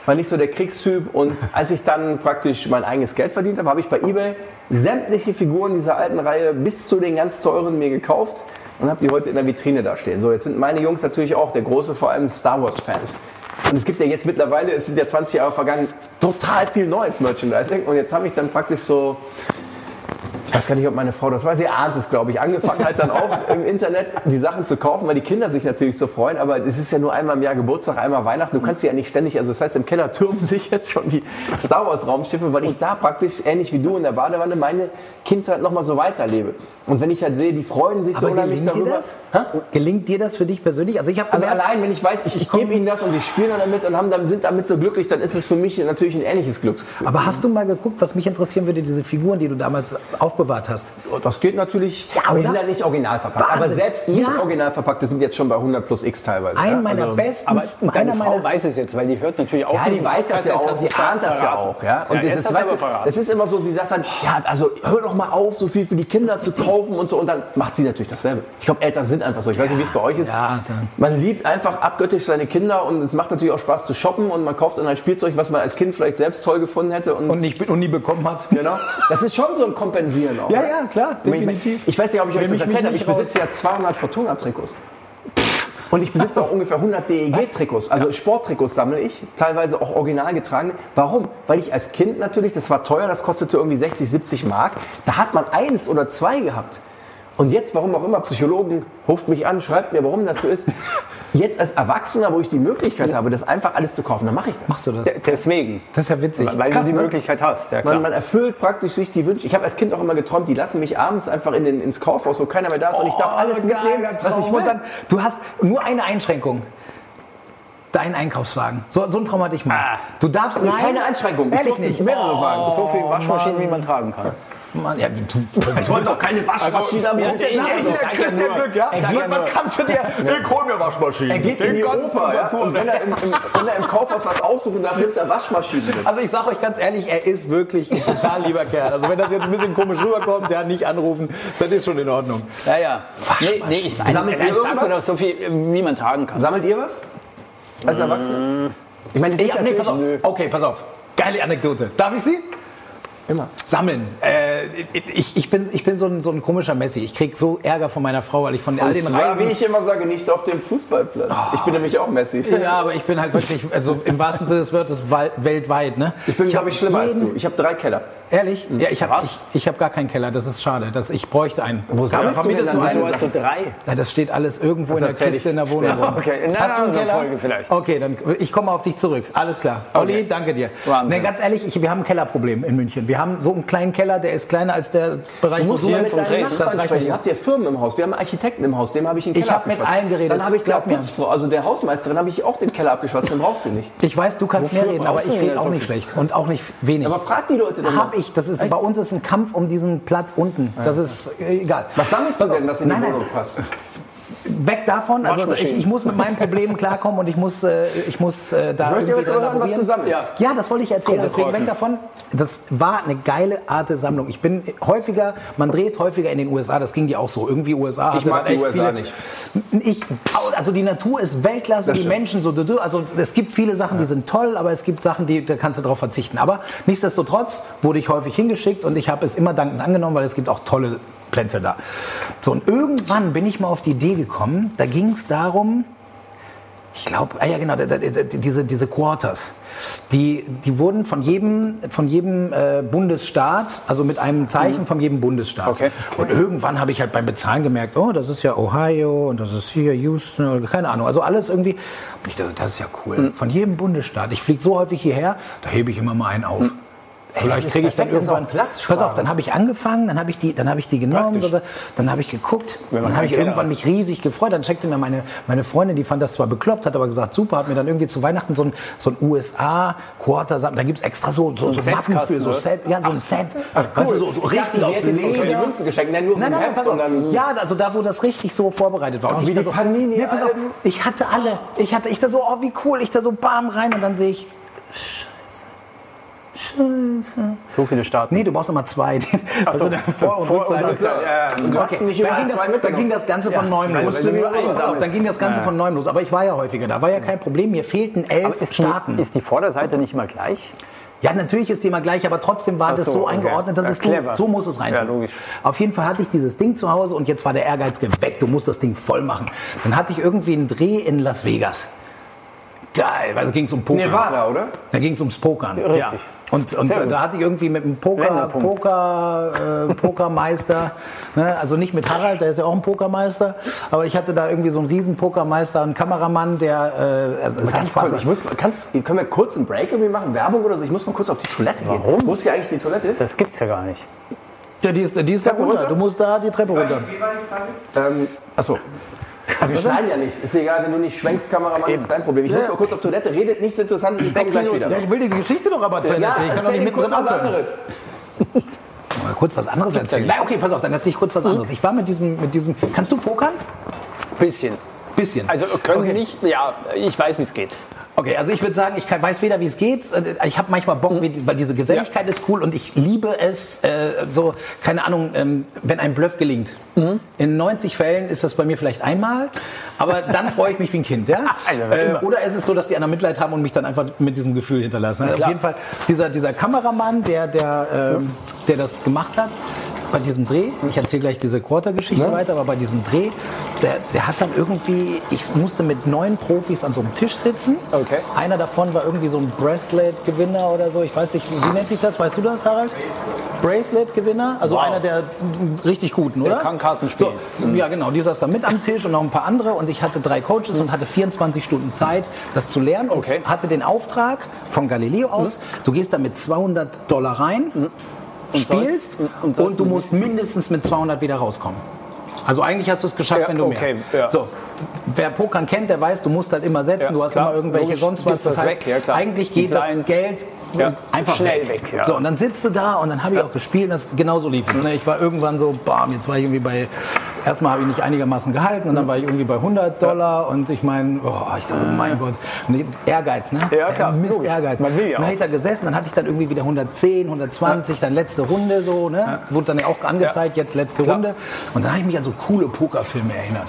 B: war nicht so der Kriegstyp. Und als ich dann praktisch mein eigenes Geld verdient habe, habe ich bei Ebay sämtliche Figuren dieser alten Reihe bis zu den ganz teuren mir gekauft und habe die heute in der Vitrine da stehen. So, jetzt sind meine Jungs natürlich auch, der große vor allem Star Wars-Fans. Und es gibt ja jetzt mittlerweile, es sind ja 20 Jahre vergangen, total viel neues Merchandising. Und jetzt habe ich dann praktisch so ich weiß gar nicht, ob meine Frau das weiß. Sie ahnt es, glaube ich. Angefangen halt dann auch im Internet die Sachen zu kaufen, weil die Kinder sich natürlich so freuen. Aber es ist ja nur einmal im Jahr Geburtstag, einmal Weihnachten. Du kannst sie ja nicht ständig. Also das heißt, im Keller türmen sich jetzt schon die Star Wars Raumschiffe, weil ich da praktisch ähnlich wie du in der Badewanne meine Kindheit noch mal so weiterlebe. Und wenn ich halt sehe, die freuen sich so
C: Aber
B: unheimlich
C: gelingt dir
B: darüber.
C: das? Gelingt dir das für dich persönlich? Also ich habe
B: Also allein, wenn ich weiß, ich, ich gebe ihnen das und sie spielen dann damit und haben, dann, sind damit so glücklich, dann ist es für mich natürlich ein ähnliches Glücksgefühl.
C: Aber hast du mal geguckt, was mich interessieren würde, diese Figuren, die du damals aufbewahrt hast.
B: Das geht natürlich.
C: Ja,
B: aber die
C: oder?
B: sind ja nicht original verpackt.
C: Wahnsinn.
B: Aber selbst nicht
C: Ja.
B: original verpackte sind jetzt schon bei 100 plus X teilweise.
C: Ein
B: ja?
C: meiner
B: Also-
C: besten,
F: Aber
C: einer
F: deine Frau
C: meiner
F: weiß es jetzt, weil die hört natürlich auch
B: Ja, die
F: diesen
B: weiß das
F: Podcast,
B: ja
F: jetzt
B: auch,
F: hast
B: sie
F: du's
B: ahnt das ja
F: verraten.
B: auch. Ja? Und
F: Ja, jetzt
B: das,
F: hast
B: das,
F: du
B: weißt
F: aber
B: du,
F: verraten.
B: das ist immer so, sie sagt dann, ja, also hör doch mal auf, so viel für die Kinder zu kaufen und so. Und dann macht sie natürlich dasselbe. Ich glaube, Eltern sind einfach so. Ich weiß nicht, wie es bei euch ist.
C: Ja, dann-
B: Man liebt einfach abgöttisch seine Kinder und es macht natürlich auch Spaß zu shoppen und man kauft dann ein Spielzeug, was man als Kind vielleicht selbst toll gefunden hätte. Und,
C: und, nicht, und nie bekommen hat.
B: Genau. Das ist schon so ein Kompensieren auch. ne?
C: klar,
B: Ich meine, Ich weiß nicht, ob ich euch
C: Nehme
B: das
C: ich mich
B: erzählt habe.
C: nicht
B: Ich besitze ja 200 Fortuna-Trikots. Und ich besitze auch ungefähr 100 DEG-Trikots. Also Sporttrikots sammle ich, teilweise auch original getragen. Warum? Weil ich als Kind natürlich, das war teuer, das kostete irgendwie 60, 70 Mark. Da hat man eins oder zwei gehabt. Und jetzt, warum auch immer, Psychologen, ruft mich an, schreibt mir, warum das so ist. Jetzt als Erwachsener, wo ich die Möglichkeit habe, das einfach alles zu kaufen, dann mache ich das.
C: Machst du das?
F: Deswegen,
C: Das ist ja witzig.
F: weil
B: krass,
F: du die
B: ne?
F: Möglichkeit hast. Ja, klar.
B: Man, man erfüllt praktisch sich die Wünsche. Ich habe als Kind auch immer geträumt, die lassen mich abends einfach in den, ins Kaufhaus, wo keiner mehr da ist und ich
C: Oh,
B: darf alles mitnehmen, was ich will.
C: Und dann, du hast nur eine Einschränkung. Dein Einkaufswagen. So, so einen Traum hatte ich mal. Du darfst
B: Also keine Einschränkung. Ich
C: Ah. Ehrlich
B: durfte
C: nicht.
B: mehrere Wagen.
F: so viel Waschmaschinen, wie man tragen kann.
C: Oh, Mann, ja, du,
B: Ich wollte doch keine Waschmaschine am Haus.
C: Irgendwann kamst du dir.
D: Ich hol mir Waschmaschine.
B: Er geht in die Oper, ja? und wenn er, im, im, wenn er im Kaufhaus was aussuchen darf, nimmt er Waschmaschinen mit.
C: Also ich sage euch ganz ehrlich, er ist wirklich ein total lieber Kerl. Also wenn das jetzt ein bisschen komisch rüberkommt, ja, nicht anrufen, das ist schon in Ordnung.
F: Ja, ja. Nee, nee, ich,
B: Sammelt
F: sammelt
B: ihr
F: ich sag
B: irgendwas?
F: mir doch so viel, wie man tragen kann.
B: Sammelt ihr was? Als Erwachsene? Ich meine, das
C: Ich,
B: ist
C: nee,
B: natürlich...
C: pass auf. Okay, pass auf. Geile Anekdote. Darf ich sie?
B: Immer.
C: Sammeln. Äh, ich, ich, bin, ich bin so ein, so ein komischer Messi. Ich krieg so Ärger von meiner Frau, weil ich von all
B: Und
C: den
B: zwar, wie
C: Reisen...
B: ich immer sage, nicht auf dem Fußballplatz. Ich bin nämlich auch Messi.
C: Ja, aber ich bin halt wirklich, also im wahrsten Sinne des Wortes, wal- weltweit. Ne?
B: Ich bin,
C: hab
B: glaube ich, schlimmer als
C: jeden-
B: du. Ich habe drei Keller.
C: Ehrlich? Ja, ich habe ich,
F: Was?
C: ich hab gar keinen Keller, das ist schade. Das, ich bräuchte einen.
B: Wo sammelst du denn
C: vermietest
B: dann
C: du
B: deine
C: einen?
B: Sachen?
F: du drei.
C: Ja, das steht alles irgendwo in der
B: erzähl
C: Kiste
B: ich
C: in der Wohnung.
F: später. Okay, in einer
C: Hast du einen
F: anderen
C: Keller?
F: Folge vielleicht.
C: Okay, dann ich komme auf dich zurück. Alles klar. Olli,
F: Okay.
C: danke dir.
F: Wahnsinn.
C: Nee, ganz ehrlich, ich, wir haben ein Kellerproblem in München. Wir haben so einen kleinen Keller, der ist kleiner als der Bereich, wo
B: Muss man mit
C: jetzt-
B: deinen
C: Das
B: Nachbarn
C: reicht mir
B: sprechen.
C: nicht.
B: Habt ihr Firmen im Haus? Wir haben einen Architekten im Haus, dem habe ich einen
C: Ich
B: Keller
C: hab mit
B: abgeschwatzt.
C: allen geredet,
B: Dann habe ich der
C: glaub mir.
B: Putzfrau, also der Hausmeisterin, habe ich auch den Keller abgeschwatzt, den braucht sie nicht.
C: Ich weiß, du kannst mehr reden, aber
B: brauchst
C: ich
B: du denn
C: rede
B: das
C: auch
B: so
C: nicht schlecht und auch nicht wenig.
B: Aber frag die Leute doch mal.
C: Hab ich. Das ist, bei uns ist ein Kampf um diesen Platz unten. Das ist äh, egal.
B: Was sammelst du
C: Pass auf.
B: denn, das in die
C: Nein, nein.
B: Wohnung passt?
C: Weg davon. Also ich,
B: Waschmaschinen.
C: ich muss mit meinen Problemen klarkommen und ich muss, äh, ich muss äh, da.
B: Ich möchte
C: irgendwie
B: jetzt aber hören, was
C: elaborieren.
B: du sammelst.
C: Ja, das wollte ich erzählen. Deswegen weg davon. Das war eine geile Art der Sammlung. Ich bin häufiger, man dreht häufiger in den USA. Das ging dir auch so. Irgendwie USA.
B: Ich
C: hatte
B: mag
C: dann
B: die
C: echt
B: USA
C: viele-
B: nicht.
C: Ich, also die Natur ist Weltklasse, die
B: stimmt.
C: Menschen so. dö, dö. Also es gibt viele Sachen, die sind toll, aber es gibt Sachen, die da kannst du drauf verzichten. Aber nichtsdestotrotz wurde ich häufig hingeschickt und ich habe es immer dankend angenommen, weil es gibt auch tolle Plätze da. So und irgendwann bin ich mal auf die Idee gekommen. Da ging es darum, ich glaube, ah ja genau, da- da- da- diese, diese Quarters, die, die wurden von jedem, von jedem äh, Bundesstaat, also mit einem Zeichen von jedem Bundesstaat.
F: Okay.
C: Und irgendwann habe ich halt beim Bezahlen gemerkt, oh, das ist ja Ohio und das ist hier Houston, oder keine Ahnung, also alles irgendwie. Und ich dachte, das ist ja cool, von jedem Bundesstaat. Ich fliege so häufig hierher, da hebe ich immer mal einen auf. Vielleicht
B: ist
C: kriege ich dann
B: perfekt, das ist
C: irgendwann
B: auch Platz
C: Pass auf, dann habe ich angefangen, dann habe ich die, dann habe ich die genommen, dann habe ich geguckt, dann habe ich irgendwann mich riesig gefreut. Dann checkte mir meine meine Freundin, die fand das zwar bekloppt, hat aber gesagt super, hat mir dann irgendwie zu Weihnachten so ein so ein USA Quarter, da gibt's extra so so, so Mappen für
F: Setzkasten,
C: so
F: oder?
C: Set, ja so ein Set, weißt du, so, so richtig
B: Sie
C: auf
B: hätte
C: den-
B: denen schon die Münzen geschenkt, nein, nur so
C: Nein,
B: ein
C: nein,
B: Heft
C: pass auf.
B: und dann...
C: ja, also da, wo das richtig so vorbereitet war. Und ich
B: wie
C: da
B: die
C: so,
B: Panini
C: Nee, pass auf,
B: Alben.
C: ich hatte alle. Ich hatte, ich da so, oh, wie cool. Ich da so, bam, rein und dann sehe ich, scheiße, scheiße.
F: So viele Staaten.
C: Nee, du brauchst nochmal zwei. Also der Vor- und Rückseite.
B: Und du hast
C: Okay,
B: nicht
C: dann,
B: überall zwei
C: ging das, dann ging
B: mitgenommen.
C: das Ganze von neuem
B: weil
C: los.
B: wenn du
C: Pass
B: nur einen
C: auf, Dann ging das Ganze von neuem los. Aber ich war ja häufiger, da war ja kein Problem. Mir fehlten elf
F: ist,
C: Staaten.
F: die, ist die Vorderseite nicht mal gleich?
C: Ja, natürlich ist die immer gleich, aber trotzdem war
F: Ach
C: das
F: so,
C: so
F: okay.
C: eingeordnet, dass
F: Ja,
C: es du,
F: clever.
C: so muss es rein.
F: Ja, logisch.
C: Auf jeden Fall hatte ich dieses Ding zu Hause und jetzt war der Ehrgeiz geweckt, du musst das Ding voll machen. Dann hatte ich irgendwie einen Dreh in Las Vegas. Geil, also ging es um Poker.
B: Nevada, oder?
C: Da ging es ums Pokern. Ja. Und, und äh, da hatte ich irgendwie mit einem Poker,
F: Länderpunkt.
C: Poker, äh, Pokermeister, ne? also nicht mit Harald, der ist ja auch ein Pokermeister, aber ich hatte da irgendwie so einen riesen Pokermeister, einen Kameramann, der äh, also es hat
B: Ganz
C: Spaß
B: kurz, ich muss, mal- kannst, können wir kurz einen Break irgendwie machen? Werbung oder so? Ich muss mal kurz auf die Toilette gehen. Warum? Wo ist hier eigentlich die Toilette?
F: Das gibt's ja gar nicht.
C: Ja, die ist, die ist da
B: Treppe
C: runter.
B: runter?
C: Du musst da die Treppe runter.
B: Ähm, achso. Wir schneiden ja nicht. Ist egal, wenn du nicht schwenkst, Kameramann, ist dein Problem. Ich muss mal kurz auf Toilette. Redet nichts Interessantes, ich komme gleich wieder.
C: Ja, ich will die Geschichte doch aber zu Ende erzählen. Ich kann doch
B: erzähl
C: nicht
B: mir
C: mittendrin
B: kurz was
C: aufhören.
B: anderes.
C: mal kurz was anderes erzählen. Nein, okay, pass auf, dann erzähl ich kurz was anderes. Ich war mit diesem, mit diesem. Kannst du pokern?
A: Bisschen.
C: Bisschen.
A: Also können
C: Okay.
A: nicht, ja, ich weiß, wie es geht.
C: Okay, also ich würde sagen, ich kann, weiß weder, wie es geht. Äh, Ich habe manchmal Bock, wie, weil diese Geselligkeit ist cool und ich liebe es, äh, so, keine Ahnung, ähm, wenn ein Bluff gelingt. In 90 Fällen ist das bei mir vielleicht einmal, aber dann freue ich mich wie ein Kind. Ja?
A: Also,
C: äh,
A: immer.
C: oder es ist so, dass die anderen Mitleid haben und mich dann einfach mit diesem Gefühl hinterlassen. Also auf jeden Fall, dieser, dieser Kameramann, der, der, ähm, der das gemacht hat, bei diesem Dreh, ich erzähle gleich diese Quarter-Geschichte
A: Ne?
C: weiter, aber bei diesem Dreh, der, der hat dann irgendwie, ich musste mit neun Profis an so einem Tisch sitzen.
A: Okay.
C: Einer davon war irgendwie so ein Bracelet-Gewinner oder so. Ich weiß nicht, wie, wie nennt sich das? Weißt du das, Harald? Bracelet-Gewinner? Also einer der mm, richtig guten, oder?
A: kann Karten spielen.
C: So, ja, genau. Die saß da mit am Tisch und noch ein paar andere. Und ich hatte drei Coaches und hatte 24 Stunden Zeit, das zu lernen. Und
A: Okay.
C: hatte den Auftrag von Galileo aus, du gehst da mit 200 Dollar rein, spielst
A: Hm. sollst- und- und
C: und,
A: sollst
C: du
A: mit-
C: musst mindestens mit 200 wieder rauskommen. Also eigentlich hast du es geschafft,
A: Ja,
C: wenn du
A: okay,
C: mehr.
A: ja.
C: So, wer Pokern kennt, der weiß, du musst halt immer setzen,
A: Ja,
C: du hast
A: klar,
C: immer irgendwelche
A: logisch,
C: sonst was.
A: gibst das weg, ja, klar.
C: eigentlich
A: Die
C: geht das
A: Blinds.
C: Geld
A: Ja,
C: einfach
A: schnell weg, ja.
C: So, und dann sitzt du da und dann habe ich auch gespielt und das genauso lief es. Ne? Ich war irgendwann so, bam, jetzt war ich irgendwie bei, erstmal habe ich nicht einigermaßen gehalten und dann war ich irgendwie bei 100 Dollar und ich meine, oh, ich sage, oh mein Gott, und ich, Ehrgeiz, ne?
A: Mhm. Ja, klar,
C: Mist,
A: logisch.
C: Ehrgeiz.
A: Man will ja
C: Und dann habe ich da gesessen, dann hatte ich dann irgendwie wieder 110, 120, dann letzte Runde so, ne? Wurde dann ja auch angezeigt, jetzt letzte Runde. Und dann habe ich mich an so coole Pokerfilme erinnert.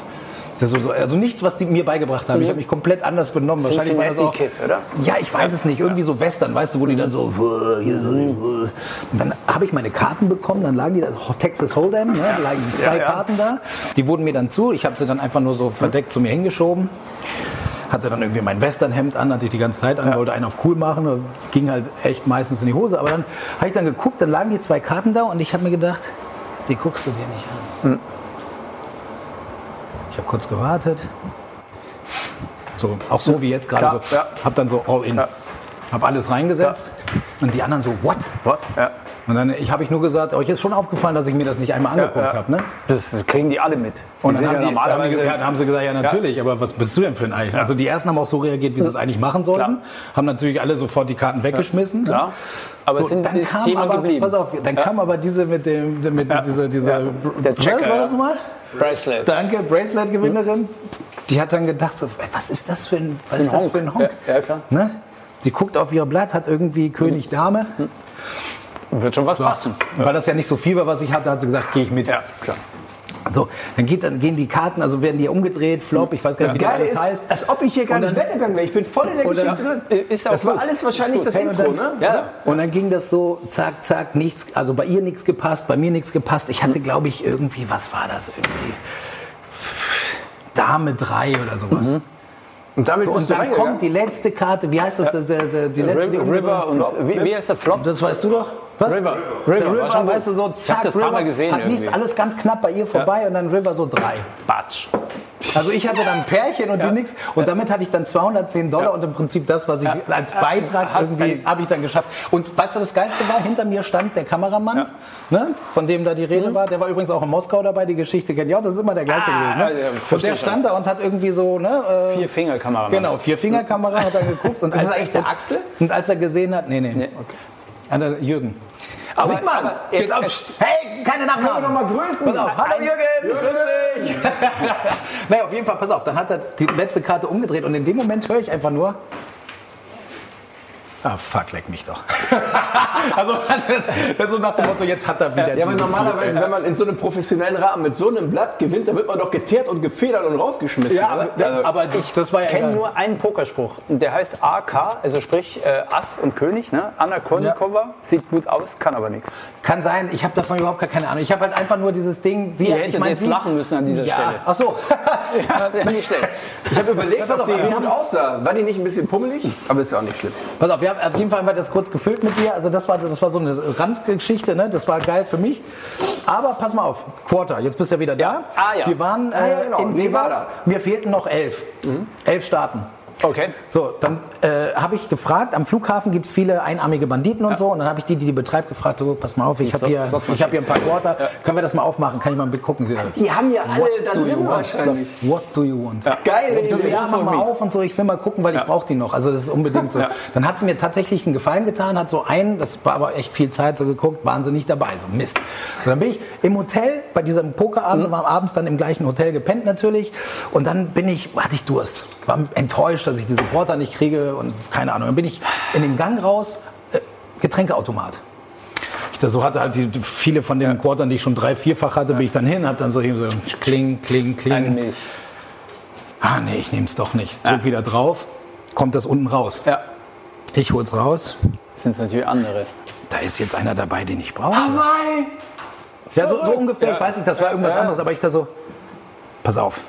C: Das so, so, also nichts, was die mir beigebracht haben. Ich habe mich komplett anders benommen. Wahrscheinlich war das auch,
A: Mhm. Cincinnati Kid, oder?
C: ja, ich weiß es nicht. Irgendwie so Western, weißt du, wo die dann so.
A: Mhm.
C: hier so, Und dann habe ich meine Karten bekommen, dann lagen die da, so Texas Hold'em, ne, lagen zwei
A: Ja, ja.
C: Karten da. Die wurden mir dann zu. Ich habe sie dann einfach nur so verdeckt zu mir hingeschoben. Hatte dann irgendwie mein Westernhemd an, hatte ich die ganze Zeit an, wollte einen auf cool machen. Das ging halt echt meistens in die Hose. Aber dann habe ich dann geguckt, dann lagen die zwei Karten da und ich habe mir gedacht, die guckst du dir nicht an.
A: Hm.
C: Ich habe kurz gewartet. So, auch so wie jetzt gerade.
A: Klar,
C: So.
A: ja.
C: Hab dann so all in. Hab alles reingesetzt. Und die anderen so, what?
A: What? Ja.
C: Und dann ich, habe ich nur gesagt, euch ist schon aufgefallen, dass ich mir das nicht einmal angeguckt habe. Ne?
A: Das kriegen die alle mit.
C: Und
A: Die sind ja
C: dann haben, die, haben, die,
A: normalerweise-
C: ja, dann haben sie gesagt, ja natürlich, aber was bist du denn für ein Ei? Also die ersten haben auch so reagiert, wie sie es eigentlich machen sollten.
A: Klar.
C: Haben natürlich alle sofort die Karten weggeschmissen. ne?
A: Ja. Aber
C: So,
A: es sind,
C: dann
A: ist
C: kam
A: jemand
C: aber,
A: geblieben.
C: Pass auf, dann kam aber diese mit dem, mit dieser, dieser,
A: Der Checker,
C: was war das
A: ja.
C: nochmal?
A: Bracelet.
C: Danke, Bracelet-Gewinnerin. Die hat dann gedacht, so, ey, was ist das für ein, was ist das
A: Honk.
C: für ein Honk?
A: Ja, ja, klar. Mhm.
C: Ne? Die guckt auf ihr Blatt, hat irgendwie König, Dame.
A: Wird schon was passen.
C: Weil das ja nicht so viel war, was ich hatte, hat sie gesagt, gehe ich mit.
A: Ja, klar.
C: So, dann, geht, dann gehen die Karten, also werden die umgedreht, Flop,
A: Mhm.
C: ich weiß gar nicht,
B: Das Geile
C: wie das
B: ist,
C: heißt.
B: als ob ich hier gar
C: Und
B: nicht
C: dann-
B: weggegangen wäre. Ich bin voll in der
C: Oder-
B: Geschichte drin.
A: Ist auch
B: das war
A: gut.
B: alles wahrscheinlich
A: Ist
B: das
A: gut.
B: Intro,
C: und dann,
B: ne?
C: Ja. Und dann ging das so, zack, zack, nichts, also bei ihr nichts gepasst, bei mir nichts gepasst. Ich
B: Hm.
C: hatte, glaube ich, irgendwie, was war das irgendwie? Dame 3 oder sowas.
B: Mhm. Und damit
C: Und dann kommt die letzte Karte, wie heißt das, der, der, der, die letzte, die
A: River, River und wie, wie heißt der Flop?
C: Das weißt du doch. Was?
A: River.
C: River,
A: River, war schon
C: weißt du, so
A: gut. Ich
C: zack,
A: hab das
C: River
A: paar Mal gesehen
C: hat nichts,
A: irgendwie.
C: alles ganz knapp bei ihr vorbei und dann River so drei.
A: Batsch.
C: Also ich hatte dann ein Pärchen und die nix und damit hatte ich dann 210 Dollar und im Prinzip das, was ich als Beitrag
A: Hast
C: irgendwie
A: dein-
C: habe ich dann geschafft. Und weißt du, das Geilste war, hinter mir stand der Kameramann, ne, von dem da die Rede war, der war übrigens auch in Moskau dabei, die Geschichte kennt ja, das ist immer der gleiche
A: Mhm. Ah,
C: gewesen.
A: ja,
C: Ne? und
A: verstehe
C: der
A: schon.
C: stand da und hat irgendwie so, ne, äh,
A: Vier Finger Kamera.
C: Genau, Vierfingerkamera hat er geguckt. Und als er-
B: eigentlich der Axel?
C: Und als er gesehen hat, nee, nee. Okay. Hat er- Jürgen. Aber,
A: Siegmann, jetzt-
C: hey, keine Nachnamen. noch mal grüßen. Pass
A: Genau.
C: auf. Hallo Jürgen, grüß dich. naja, auf jeden Fall, pass auf. Dann hat er die letzte Karte umgedreht und in dem Moment höre ich einfach nur... Ah, fuck, leck mich doch. also, das, so nach dem Motto, jetzt hat er wieder
B: Ja, aber
C: dieses
B: normalerweise, wenn man in so einem professionellen Rahmen mit so einem Blatt gewinnt, dann wird man doch geteert und gefedert und rausgeschmissen.
C: Ja,
B: oder? Also,
C: aber, aber ich, das war ja
A: Ich kenne
C: egal.
A: also nur einen Pokerspruch. Und Der heißt AK, also sprich äh, Ass und König. Ne? Anaconda-Cover. Sieht gut aus, kann aber nichts.
C: Kann sein, ich habe davon überhaupt gar keine Ahnung. Ich habe halt einfach nur dieses Ding. Sie,
A: Ihr hättet jetzt lachen müssen an dieser
C: ja.
A: Stelle.
C: Ach so.
A: nicht schlecht.
B: ich habe überlegt, ob die
C: wir
B: gut
C: haben-
B: aussah. War die nicht ein bisschen pummelig? Aber ist ja auch nicht schlimm.
C: Pass auf, wir haben auf jeden Fall haben wir das kurz gefüllt mit dir. Also das war, das war so eine Randgeschichte, ne? Das war geil für mich. Aber pass mal auf, Quarter, jetzt bist du ja wieder da.
A: Ah, ja.
C: Wir waren äh,
B: Ah, ja, genau.
C: in
B: Nee, war
C: Vegas. Mir fehlten noch elf. Elf Staaten.
A: Okay.
C: So, dann äh, habe ich gefragt, am Flughafen gibt es viele einarmige Banditen und so. Und dann habe ich die, die die betreibt, gefragt, du, pass mal auf, ich habe
A: Slot-
C: hier,
A: Slotmaschine.
C: ich hab hier ein paar Quarter. Können wir das mal aufmachen? Kann ich mal gucken? Sie
B: Die haben ja alle da
C: do
B: drin
C: you want?
B: wahrscheinlich.
C: What do you want?
B: Geile
C: Und so,
B: Idee.
C: ja, mach mal auf und so, ich will mal gucken, weil ich brauche die noch. Also das ist unbedingt so. Dann hat sie mir tatsächlich einen Gefallen getan, hat so einen, das war aber echt viel Zeit, so geguckt, waren sie nicht dabei, so Mist. So, dann bin ich im Hotel bei diesem Pokerabend, war abends dann im gleichen Hotel gepennt natürlich und dann bin ich, hatte ich Durst, war enttäuscht, dass ich diese Porter nicht kriege und keine Ahnung. Dann bin ich in den Gang raus, äh, Getränkeautomat. Ich da so hatte halt die, viele von den Quartern, die ich schon drei, vierfach hatte, bin ich dann hin, hab dann so, eben so kling, kling, kling.
A: Eine Milch.
C: Ah, nee, ich nehme es doch nicht. Drück wieder drauf, kommt das unten raus.
A: Ja.
C: Ich hol's raus.
A: Sind es natürlich andere.
C: Da ist jetzt einer dabei, den ich brauche. Hawaii! Ja, so, so ungefähr. Ich weiß nicht, das war irgendwas anderes, aber ich da so. Pass auf.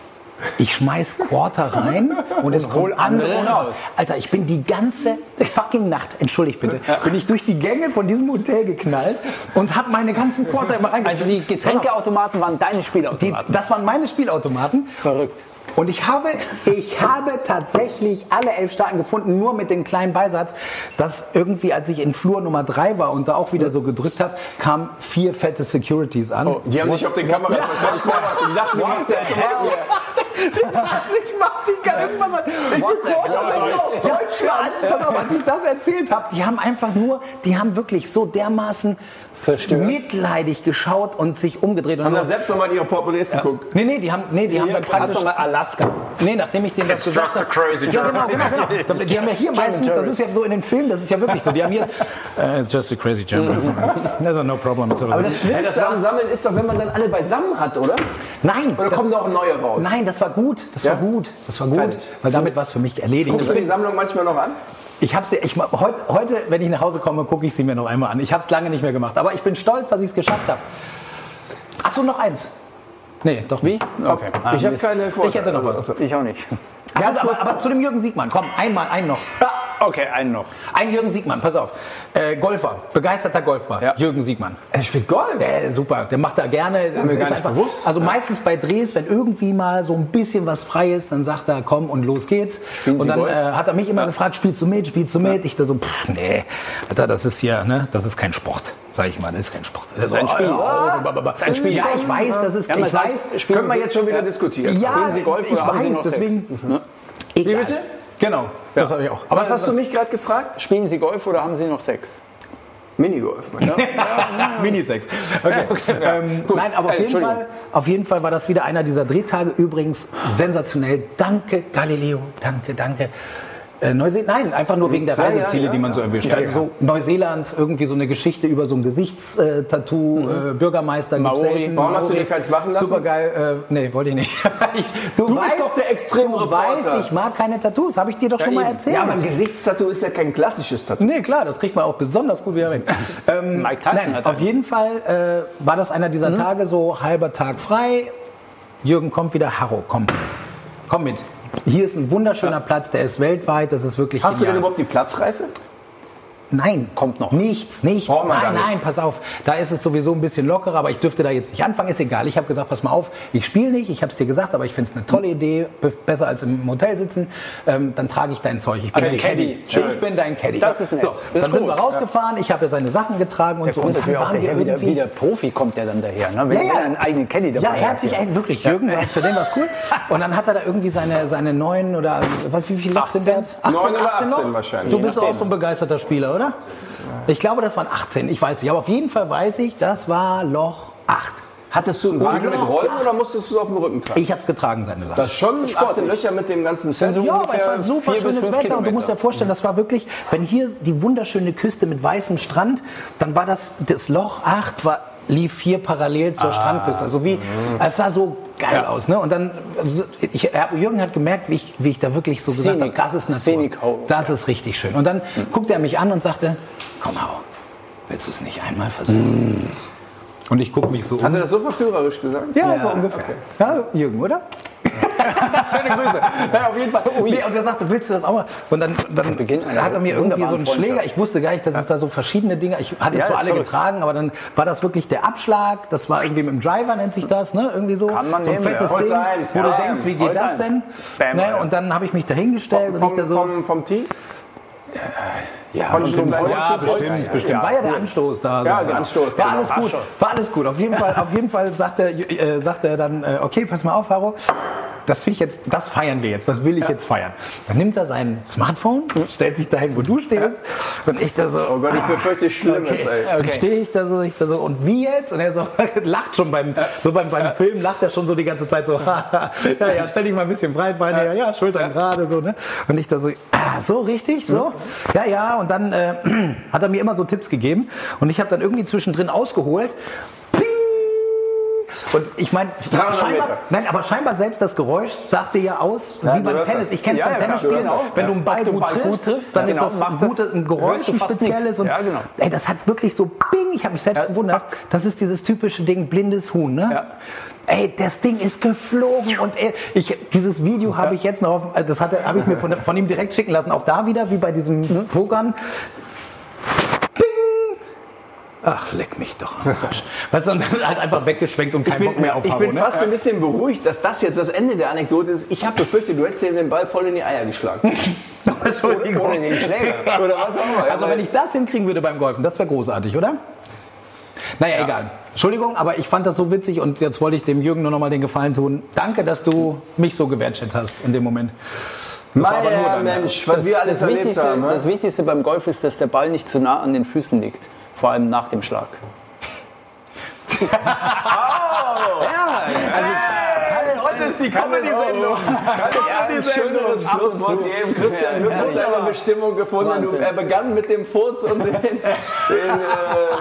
C: Ich schmeiß Quarter rein und es hol andere raus. Alter, ich bin die ganze fucking Nacht, entschuldigt bitte, bin ich durch die Gänge von diesem Hotel geknallt und hab meine ganzen Quarter immer
A: Also
C: reingeschmissen.
A: die Getränkeautomaten waren deine
C: Die,
A: Spielautomaten.
C: das waren meine Spielautomaten.
A: Verrückt.
C: Und ich habe, ich habe tatsächlich alle elf Staaten gefunden, nur mit dem kleinen Beisatz, dass irgendwie, als ich in Flur Nummer drei war und da auch wieder so gedrückt habe, kamen vier fette Securities an.
B: Die haben dich auf den Kameras wahrscheinlich beobachtet. Die dachten, du machst ja
C: Ich mach die gar irgendwas an. Ich bin Deutschland. Deutschland. Pass auf, als ich das erzählt habe, die haben einfach nur, die haben wirklich so dermaßen mitleidig geschaut und sich umgedreht. Und
B: Haben
C: nur-
B: dann selbst nochmal in ihre Portemonnaies geguckt.
C: Nee, nee, die haben, nee, die haben dann praktisch...
A: Hast du mal Alaska.
C: Nee, nachdem ich denen das gesagt habe. ja, genau, genau, genau. Das, die haben ja hier meistens, das ist ja so in den Filmen, das ist ja wirklich so. Die haben hier. Mhm. just a crazy German. There's no problem.
B: Aber das Schlimmste am Sammeln ist doch, wenn man dann alle beisammen hat, oder?
C: nein,
B: Oder
C: das,
B: kommen da auch neue raus?
C: nein, das war gut. Das
B: Ja?
C: war gut. Das war gut.
B: Fertig.
C: Weil damit war es für mich erledigt.
B: Guckst du die Sammlung manchmal noch an?
C: Ich habe sie, ich, ma- heute, heute, wenn ich nach Hause komme, gucke ich sie mir noch einmal an. Ich habe es lange nicht mehr gemacht, aber ich bin stolz, dass ich es geschafft habe. Ach so, noch eins. Nee, doch wie? Okay. Ah,
B: Ich hab
C: Mist.
B: keine Quote.
C: Ich hätte noch was.
A: Ich auch nicht.
C: Ganz aber, aber zu dem Jürgen Siegmann. Komm, einmal, einen noch.
A: Okay, einen noch.
C: Ein Jürgen Siegmann, pass auf. Äh, Golfer, begeisterter Golfer.
A: Ja.
C: Jürgen Siegmann.
B: Er spielt Golf.
C: Äh, super, der macht da gerne. Das
B: gar nicht gewusst.
C: Also meistens bei Drehs, wenn irgendwie mal so ein bisschen was frei ist, dann sagt er, komm und los geht's.
A: Spielen Sie
C: und dann
A: Golf?
C: äh, hat er mich immer gefragt, spielst du mit, spielst du mit? Ich da so, pff, nee, Alter, das ist hier, ne, das ist kein Sport, sag ich mal, das ist kein Sport. Oh, Das ist
A: ein Spiel.
C: Das ist ein Spiel. Ja, ich weiß, das ist,
A: Ja, man
C: ich
A: sagt,
C: weiß.
A: spielen
B: Können wir
A: Sie-
B: jetzt schon wieder diskutieren.
C: Ja,
B: Spielen Sie Golf
C: ich
B: oder haben Sie
C: weiß,
B: noch Sex?
C: deswegen. Wie
B: bitte?
C: Genau, das habe ich auch.
B: Aber was hast du mich gerade gefragt?
A: Spielen Sie Golf oder haben Sie noch Sex?
B: Minigolf, mein Gott.
C: Minisex. Okay. ähm, Nein, aber auf
A: Äh,
C: jeden,
A: Entschuldigung.
C: Fall, auf jeden Fall war das wieder einer dieser Drehtage. Übrigens sensationell. Danke, Galileo. Danke, danke. Äh, Neuse Nein, einfach nur wegen der Reiseziele, die man so erwischt. also so Neuseeland, irgendwie so eine Geschichte über so ein Gesichtstattoo, äh, Bürgermeister, gibt's
A: Maori.
C: selten.
B: Mhm. Warum hast du dir keins machen lassen?
C: Supergeil. Äh, nee, wollte ich nicht. Ich- du
B: bist doch der extreme
C: Du weißt,
B: Reporter.
C: ich mag keine Tattoos. Habe ich dir doch schon mal erzählt.
B: Ja, aber ein Gesichtstattoo ist ja kein klassisches Tattoo.
C: Nee, klar, das kriegt man auch besonders gut wieder weg. Ähm,
A: Mike Tyson
C: nein,
A: hat
C: auf
A: eins.
C: jeden Fall äh, war das einer dieser Tage, so halber Tag frei. Jürgen kommt wieder, Harro, komm, komm mit. Hier ist ein wunderschöner Platz, der ist weltweit, das ist wirklich
B: Hast du denn
C: genial.
B: überhaupt die Platzreife?
C: Nein, kommt noch. Nichts, nichts.
B: Braucht man
C: nein,
B: gar nicht.
C: nein, pass auf. Da ist es sowieso ein bisschen lockerer, aber ich dürfte da jetzt nicht anfangen. Ist egal. Ich habe gesagt, pass mal auf, ich spiele nicht. Ich habe es dir gesagt, aber ich finde es eine tolle Idee. be- Besser als im Hotel sitzen. Ähm, dann trage ich dein Zeug. Ich bin
A: Also
C: dein
A: Caddy.
C: Ich bin dein Caddy.
A: Das ist nett.
C: So,
A: Das ist
C: dann sind wir
A: groß,
C: rausgefahren. Ich habe ja seine Sachen getragen
A: Also
C: und so. Und dann waren wir
A: wieder,
C: irgendwie...
A: Profi kommt der dann daher. Ne? Wenn,
C: Ja, ja.
A: wenn er einen eigenen Caddy dabei
C: Ja, er hat sich eigentlich wirklich, Jürgen, war- für den war es cool. Und dann hat er da irgendwie seine, seine neun oder, was, wie viele Loch sind der? 18,
B: Neun oder
C: 18 Loch?
B: 18 wahrscheinlich.
C: Du bist doch auch so ein begeisterter Spieler, oder? Ich glaube, das waren 18, ich weiß nicht. Aber auf jeden Fall weiß ich, das war Loch 8.
B: Hattest du einen Wagen mit
C: Urlaub.
B: Rollen oder musstest du es auf dem Rücken tragen?
C: Ich hab's getragen, seine Sache.
B: Das ist schon 18 Löcher mit dem ganzen Set.
C: ja, aber es war super schönes Wetter und du musst dir vorstellen, das war wirklich, wenn hier die wunderschöne Küste mit weißem Strand, dann war das, das Loch 8 war, lief hier parallel zur Strandküste. Also wie, es sah so geil aus. Ne? Und dann, ich, äh, Jürgen hat gemerkt, wie ich, wie ich da wirklich so gesagt habe,
A: Scenic.
C: das ist Natur.
A: Scenic Hole.
C: Das ist richtig schön. Und dann guckte er mich an und sagte, komm Hau, willst du es nicht einmal versuchen? Mhm. Und ich gucke mich so um.
B: Hat er das so verführerisch gesagt?
C: ja, so ungefähr. Ja, Jürgen, oder? Schöne Grüße. Nein, auf jeden Fall. Nee, und er sagte, willst du das auch mal? Und dann, dann
A: Beginn einer
C: hat er mir irgendwie so
A: wunderbaren
C: einen Schläger. Ich wusste gar nicht, dass es da so verschiedene Dinge. Ich hatte zwar
A: ist
C: alle
A: verrückt.
C: getragen, aber dann war das wirklich der Abschlag. Das war irgendwie mit dem Driver nennt sich das, ne? Irgendwie so.
A: Kann man
C: so ein
A: nehmen,
C: fettes
A: ja.
C: Ding,
B: Holz eins,
C: wo
B: ja.
C: du denkst, wie geht
A: Holz
C: das
A: eins.
C: denn?
A: Bam,
C: ne?
A: Alter.
C: Und dann habe ich mich dahingestellt und ich
B: Vom,
C: da so.
B: vom, vom Team?
C: ja,
B: von
C: bestimmt.
B: dem Holz-
C: ja, bestimmt,
B: Holz-
C: bestimmt. war ja der Anstoß da.
B: Ja,
C: sozusagen.
B: der Anstoß,
C: War
B: genau.
C: alles gut. War alles gut. Auf jeden Fall, auf jeden Fall sagt er, äh, sagt er dann, äh, okay, pass mal auf, Haro. Das will ich jetzt, das feiern wir jetzt, das will ich jetzt feiern. Dann nimmt er sein Smartphone, stellt sich dahin, wo du stehst, und ich da so.
B: Oh Gott, ich befürchte Schlimmes,
C: Okay.
B: ey.
C: Dann stehe ich da so, ich da so, und wie jetzt? Und er so, lacht schon beim, so beim, beim Film, lacht er schon so die ganze Zeit so, ja, ja, stell dich mal ein bisschen breitbeinig, ja, ja, Schultern gerade, so, ne? Und ich da so, ah, so richtig, so? Ja, ja, und dann äh, hat er mir immer so Tipps gegeben und ich habe dann irgendwie zwischendrin ausgeholt. Ping! Und ich meine,
B: 300
C: scheinbar,
B: Meter.
C: nein, aber scheinbar selbst das Geräusch sagte ja aus, wie beim
B: hörst
C: Tennis.
B: das.
C: Ich kenne es
A: Ja,
C: beim
A: ja, klar,
C: Tennisspielen
A: du hörst
C: auch.
A: das.
C: Wenn du
A: Ja.
C: einen Ball,
A: Wenn du
C: gut,
A: einen Ball gut
C: triffst,
A: triffst,
C: dann
A: ja, genau,
C: ist das, ein,
A: macht das-
C: gute, ein
A: hörst
C: Geräusch,
A: du
C: ein
A: fast
C: spezielles.
A: nichts.
C: Und,
A: Ja, genau.
C: Ey, das hat wirklich so Bing, ich habe mich selbst gewundert. Das ist dieses typische Ding, blindes Huhn, ne?
A: Ja.
C: Ey, das Ding ist geflogen und ey, ich, dieses Video habe ich jetzt noch, auf, äh, das hatte- habe ich mir von, von ihm direkt schicken lassen. Auch da wieder, wie bei diesem
A: Mhm.
C: Pokern, Ach, leck mich doch am Arsch. Weißt du, und dann halt einfach weggeschwenkt und keinen Bock mehr auf
B: ich
C: Haro,
B: bin
C: ne?
B: fast ein bisschen beruhigt, dass das jetzt das Ende der Anekdote ist. Ich habe befürchtet, du hättest dir den Ball voll in die Eier geschlagen.
C: Entschuldigung.
B: Ohne den Schläger. Oder was auch immer.
C: Also wenn ich das hinkriegen würde beim Golfen, das wäre großartig, oder? Naja, egal. Entschuldigung, aber ich fand das so witzig und jetzt wollte ich dem Jürgen nur noch mal den Gefallen tun. Danke, dass du mich so gewertschätzt hast in dem Moment. war aber nur
B: Meier,
C: deine-
B: Mensch, was wir alles
A: das,
B: erlebt
A: Wichtigste,
B: haben. ne?
A: das Wichtigste beim Golf ist, dass der Ball nicht zu nah an den Füßen liegt. Vor allem nach dem Schlag.
B: Heute ist die Comedy-Sendung. Kann es ein schöneres Schlusswort geben? Christian Mück hat seine Bestimmung gefunden. Du, er begann mit dem Fuß und den, den äh,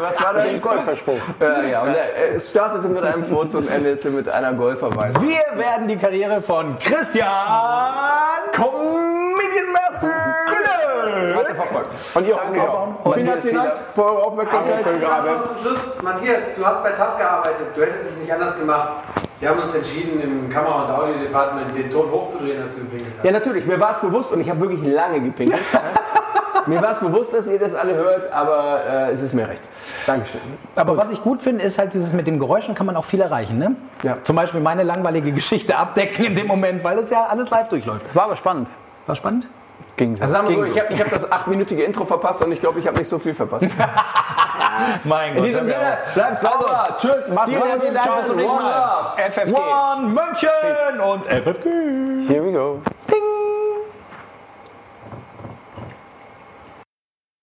B: was war das? Den Golferspruch. Äh, ja, und er, es startete mit einem Fuß und endete mit einer Golferweise.
C: Wir werden die Karriere von Christian
B: Comedian Master! Hat er verfolgt. Und ihr hoffentlich auch. Vielen herzlichen Dank für eure Aufmerksamkeit.
G: Zum Schluss, Matthias, du hast bei TAF gearbeitet, du hättest es nicht anders gemacht. Wir haben uns entschieden, im Kamera- und Audio-Department den Ton hochzudrehen, als du gewinkelt hast.
B: Ja, natürlich, mir war es bewusst und ich habe wirklich lange gepinkelt. mir war es bewusst, dass ihr das alle hört, aber äh, es ist mir recht. Dankeschön.
C: Aber was ich gut finde, ist halt dieses mit dem Geräuschen kann man auch viel erreichen, ne?
B: Ja.
C: Zum Beispiel meine langweilige Geschichte abdecken in dem Moment, weil das ja alles live durchläuft.
A: War aber spannend.
C: War spannend?
B: Also sagen wir so, ich habe ich hab das achtminütige Intro verpasst und ich glaube, ich habe nicht so viel verpasst.
C: Mein Gott.
B: In diesem Sinne, bleibt sauber. Tschüss.
C: Macht's
B: Vielen
C: gut.
B: herzlichen Dank.
C: Ciao.
B: Bis zum nächsten Mal.
C: One München und FFG.
A: Here we go.